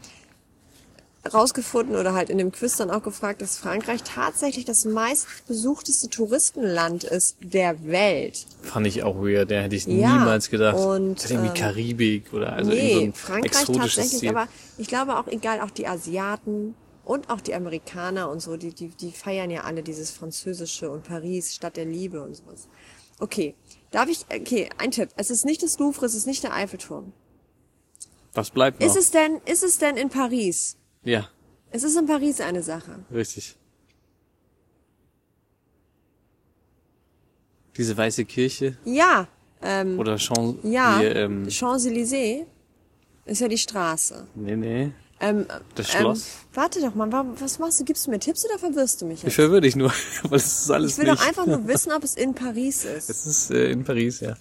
rausgefunden oder halt in dem Quiz dann auch gefragt, dass Frankreich tatsächlich das meistbesuchteste Touristenland ist der Welt.
Fand ich auch weird, der hätte ich
Ja,
niemals gedacht.
und,
Hätte irgendwie
ähm,
Karibik oder also
nee,
irgend so ein
Frankreich
exotisches
tatsächlich,
Ziel.
aber ich glaube auch egal, auch die Asiaten und auch die Amerikaner und so, die, die, die feiern ja alle dieses Französische und Paris, Stadt der Liebe und sowas. Okay, darf ich, okay, ein Tipp. Es ist nicht das Louvre, es ist nicht der Eiffelturm.
Was bleibt noch?
Ist es denn, ist es denn in Paris?
ja,
Es ist in Paris eine Sache.
richtig. Diese weiße Kirche
Ja, ähm,
oder Champs.
ja,
Hier, ähm,
Champs-Élysées ist ja die Straße.
nee, nee.
Ähm,
Das
ähm,
Schloss.
Warte doch mal, warum- was machst du? Gibst du mir Tipps oder verwirrst du mich
Ich
jetzt?
verwirre dich nur, weil es ist alles
Ich will
nicht.
doch einfach nur wissen, ob es in Paris ist.
es ist äh, in Paris, ja.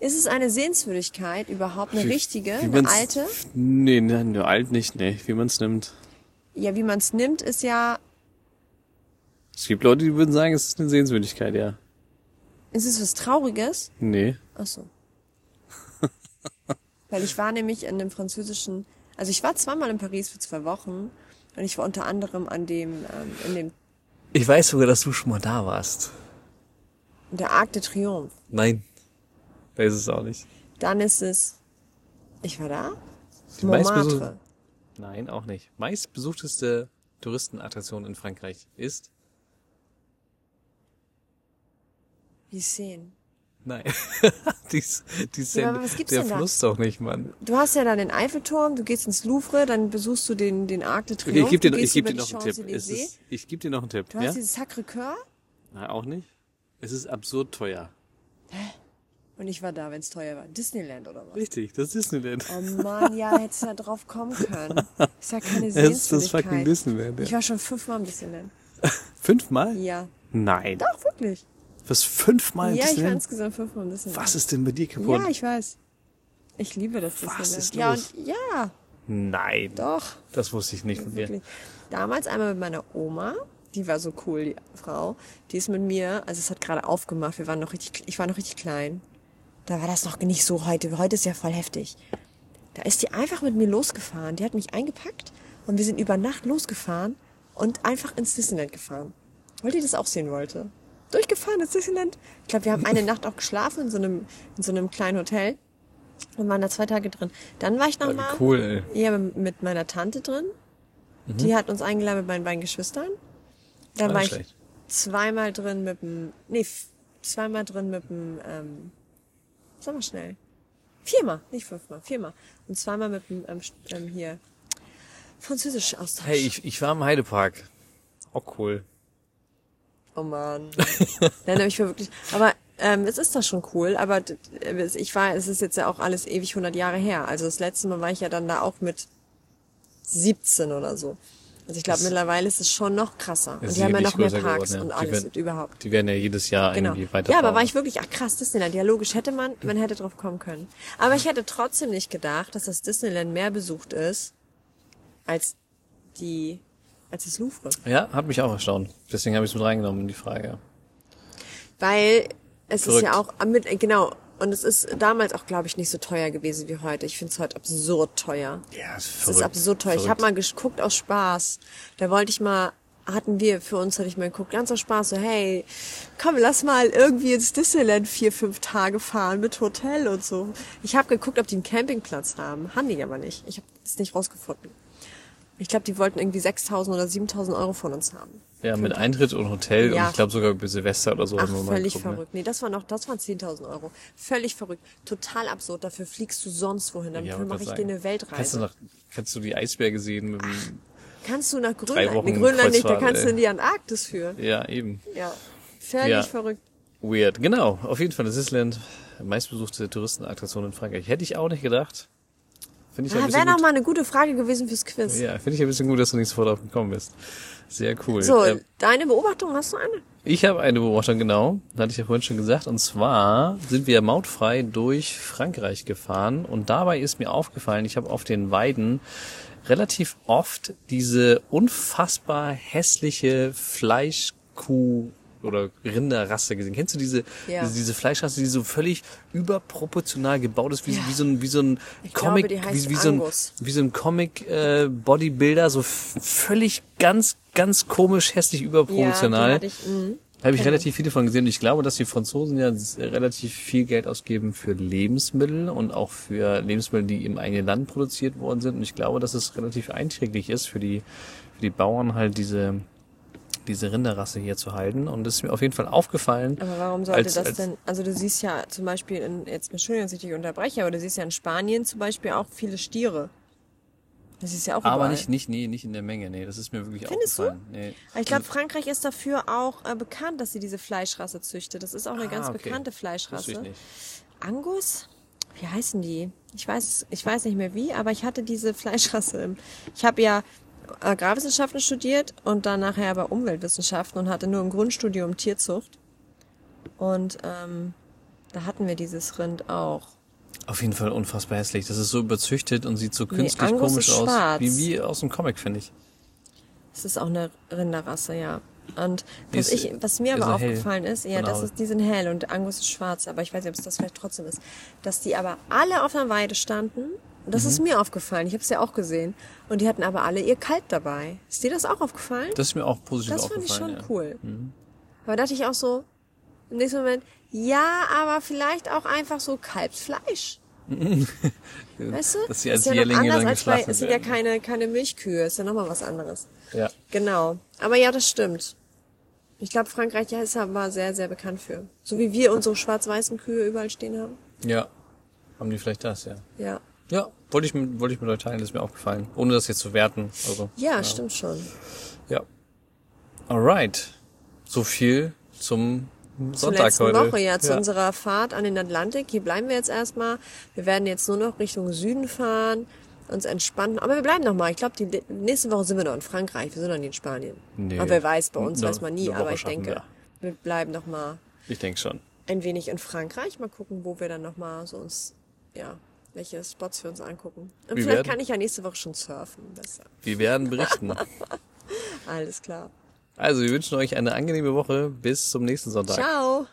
Ist es eine Sehenswürdigkeit überhaupt, eine
Wie-
richtige,
wie
eine
man's-
alte?
Nee, nee, nee, alt nicht, nee, wie man es nimmt.
Ja, wie man es nimmt, ist ja,
Es gibt Leute, die würden sagen, es ist eine Sehenswürdigkeit, ja.
ist es was Trauriges?
Nee.
Ach so. Weil ich war nämlich in einem französischen, also ich war zweimal in Paris für zwei Wochen und ich war unter anderem an dem, ähm, in dem,
Ich weiß sogar, dass du schon mal da warst.
in der Arc de Triomphe.
Nein. Da ist es auch nicht.
Dann ist es, ich war da?
Die meistbesuch-
Montmartre.
Nein, auch nicht. Meistbesuchteste Touristenattraktion in Frankreich ist?
Die Seine.
Nein. die ist- die ist
Ja,
denn-
aber was gibt's
der
denn da?
Fluss doch nicht, Mann.
Du hast ja dann den Eiffelturm, du gehst ins Louvre, dann besuchst du den, den Arc de Triomphe.
Okay, ich gebe dir,
du
ich
gehst
geb dir
über
noch
die
einen Tipp. Es
Champs-Élysées.
ist, ich gebe dir noch einen Tipp.
Du hast
Ja?
dieses Sacré-Cœur
Na, auch nicht. Es ist absurd teuer.
und ich war da, wenn es teuer war. Disneyland oder was?
Richtig, das ist Disneyland.
Oh Mann, ja, hättest du da drauf kommen können. Ist ja keine
Es ist das
Sehenswürdigkeit.
fucking Disneyland.
Ich
Ja.
war schon fünfmal im Disneyland.
Fünfmal?
Ja.
Nein.
Doch, wirklich.
Was fünfmal Ah, im
ja, ich war
Disneyland?
insgesamt fünfmal im Disneyland.
Was ist denn bei dir kaputt?
Ja, ich weiß. Ich liebe das
Was
Disneyland.
ist los?
ja, und ja,
Nein.
doch.
Das wusste ich nicht von dir.
Wirklich. Damals einmal mit meiner Oma, die war so cool, die Frau, die ist mit mir, also es hat gerade aufgemacht, wir waren noch richtig, ich war noch richtig klein. Da war das noch nicht so heute, heute ist ja voll heftig. Da ist die einfach mit mir losgefahren, die hat mich eingepackt und wir sind über Nacht losgefahren und einfach ins Disneyland gefahren. Weil die das auch sehen wollte. Durchgefahren ins Disneyland. Ich glaube, wir haben eine Nacht auch geschlafen in so einem, in so einem kleinen Hotel und waren da zwei Tage drin. Dann war ich
Ja,
noch
wie
mal
cool, ey.
ja, mit- mit meiner Tante drin. Die hat uns eingeladen mit meinen beiden Geschwistern. Dann
Auch
war
nicht
ich
schlecht.
zweimal drin mit dem, nee, f- zweimal drin mit dem, ähm, sag mal schnell. Viermal, nicht fünfmal, viermal. Und zweimal mit dem, ähm, St- ähm, hier, französisch Austausch.
Hey, ich, ich war im Heidepark. Auch cool.
Oh man. Nein, aber ich war wirklich. Aber ähm, es ist das schon cool, aber d- äh, ich war, es ist jetzt ja auch alles ewig 100 Jahre her. Also das letzte Mal war ich ja dann da auch mit 17 oder so. Also ich glaube, mittlerweile ist es schon noch krasser.
Ist
Und die haben ja
sicherlich
noch mehr
größer
Parks
geworden,
und
ja. Die
alles
werden-
und überhaupt.
Die werden ja jedes Jahr
Genau.
irgendwie weiter.
Ja, aber war ich wirklich, ach krass, Disneyland. Ja, logisch hätte man, man hätte drauf kommen können. Aber ich hätte trotzdem nicht gedacht, dass das Disneyland mehr besucht ist als die, als das Louvre.
Ja, hat mich auch erstaunt. Deswegen habe ich es mit reingenommen in die Frage.
Weil es
Verrückt.
ist ja auch am mit, genau. Und es ist damals auch, glaube ich, nicht so teuer gewesen wie heute. Ich finde es heute absurd teuer.
Ja, ist
Das ist absurd teuer. Ich habe mal geguckt aus Spaß. Da wollte ich mal, hatten wir, für uns hatte ich mal geguckt, ganz aus Spaß, so hey, komm, lass mal irgendwie ins Disneyland vier, fünf Tage fahren mit Hotel und so. Ich habe geguckt, ob die einen Campingplatz haben. Haben die aber nicht. Ich habe es nicht rausgefunden. Ich glaube, die wollten irgendwie 6.000 oder 7.000 Euro von uns haben.
Ja, mit Eintritt und Hotel und
Ja.
ich glaube sogar bis Silvester oder so.
Ach,
haben wir mal
völlig
geguckt, ne?
verrückt. Nee, das war noch, das waren 10.000 Euro. Völlig verrückt. Total absurd. Dafür fliegst du sonst wohin. Dann
Ja,
ja,
wollte
mache ich
gerade
dir
sagen.
eine
Kannst du,
Weltreise.
nach, kannst du die Eisberge sehen? Mit dem,
Kannst du nach Grönland?
Wochen
nee, Grönland nicht, da
Kreuzfahrt,
kannst
ey.
du in die Antarktis führen.
ja, eben.
Ja. Völlig
Ja.
verrückt.
Weird. Genau, auf jeden Fall das Island. Meistbesuchte Touristenattraktion in Frankreich. Hätte ich auch nicht gedacht. Finde ich ja ein
Ah, Wäre
bisschen
noch
gut.
mal eine gute Frage gewesen fürs Quiz.
Ja, finde ich ein bisschen gut, dass du nicht sofort drauf gekommen bist. Sehr cool.
So,
Ähm,
deine Beobachtung, hast du eine?
Ich habe eine Beobachtung, genau. Hatte ich ja vorhin schon gesagt. Und zwar sind wir mautfrei durch Frankreich gefahren. Und dabei ist mir aufgefallen, ich habe auf den Weiden relativ oft diese unfassbar hässliche Fleischkuh oder Rinderrasse gesehen. Kennst du diese,
Ja.
diese, diese Fleischrasse, die so völlig überproportional gebaut ist, wie,
Ja.
wie so ein, wie so ein
Ich glaube,
Comic,
die heißt
wie, wie so ein,
Angus.
wie so ein Comic äh, Bodybuilder, so f- völlig ganz, ganz komisch hässlich überproportional.
Ja, die hatte ich, mhm.
Habe ich relativ viele von gesehen. Und ich glaube, dass die Franzosen ja s- relativ viel Geld ausgeben für Lebensmittel und auch für Lebensmittel, die im eigenen Land produziert worden sind. Und ich glaube, dass es relativ einträglich ist für die, für die Bauern halt diese, diese Rinderrasse hier zu halten. Und das ist mir auf jeden Fall aufgefallen.
Aber warum sollte
als-
das
als-
denn? Also du siehst ja zum Beispiel in, jetzt Entschuldigung, dass ich dich unterbreche, aber du siehst ja in Spanien zum Beispiel auch viele Stiere. Das ist ja auch
Aber
überall.
nicht, nicht, nee, nicht in der Menge. Nee, das ist mir wirklich
Findest du?
aufgefallen. Nee.
Aber Ich glaube, Frankreich ist dafür auch äh, bekannt, dass sie diese Fleischrasse züchtet. Das ist auch eine
Ah,
ganz
okay.
bekannte
Wusste ich
Fleischrasse.
nicht.
Angus? Wie heißen die? Ich weiß, es- ich weiß nicht mehr wie, aber ich hatte diese Fleischrasse. im- Ich habe ja äh, Agrarwissenschaften studiert und dann nachher aber Umweltwissenschaften und hatte nur im Grundstudium Tierzucht. Und ähm, da hatten wir dieses Rind auch.
Auf jeden Fall unfassbar hässlich. Das ist so überzüchtet und sieht so künstlich
Angus
komisch
ist
aus.
schwarz.
Wie, wie aus dem Comic, finde ich.
Es ist auch eine Rinderrasse, ja. Und
Die
was,
ist-
ich, was mir
ist
aber
so hell
aufgefallen ist, ja,
von der
das
Haut.
ist, die sind hell und Angus ist schwarz, aber ich weiß nicht, ob es das vielleicht trotzdem ist, dass die aber alle auf einer Weide standen. Und Das
Mhm.
ist mir aufgefallen, ich habe es ja auch gesehen. Und die hatten aber alle ihr Kalb dabei. Ist dir das auch aufgefallen?
Das ist mir auch positiv
Das fand
aufgefallen.
ich schon
ja. Mhm.
cool. Aber da dachte ich auch so, im nächsten Moment, ja, aber vielleicht auch einfach so Kalbsfleisch. weißt du?
Dass sie als
ist ja noch
Jährlinge
anders
dann
als bei,
geschlachtet
es sind ja
werden.
keine, keine Milchkühe, ist ja nochmal was anderes.
Ja.
Genau. Aber ja, das stimmt. Ich glaube, Frankreich ja, ist ja war sehr, sehr bekannt für. So wie wir unsere schwarz-weißen Kühe überall stehen haben.
Ja. Haben die vielleicht das, ja.
Ja.
Ja, wollte ich, mit- wollte ich mit euch teilen, ist mir aufgefallen. Ohne das jetzt zu werten. Also,
Ja, stimmt schon.
ja. Alright. So viel zum
Zur
Sonntag
letzten
heute.
Woche, ja, zu unserer Fahrt an den Atlantik. Hier bleiben wir jetzt erstmal. Wir werden jetzt nur noch Richtung Süden fahren, uns entspannen. Aber wir bleiben noch mal. Ich glaube, die nächste Woche sind wir noch in Frankreich. Wir sind noch nie in Spanien.
Nee.
Aber wer weiß, bei uns
Ne-
weiß man nie.
eine Woche
Aber ich
schaffen
denke, wir bleiben noch mal
Ich denke schon.
ein wenig in Frankreich. Mal gucken, wo wir dann nochmal so uns, ja, welche Spots wir uns angucken. Und
Wir
vielleicht
werden-
kann ich ja nächste Woche schon surfen. Besser.
Wir werden berichten.
Alles klar.
also, wir wünschen euch eine angenehme Woche. Bis zum nächsten Sonntag.
Ciao.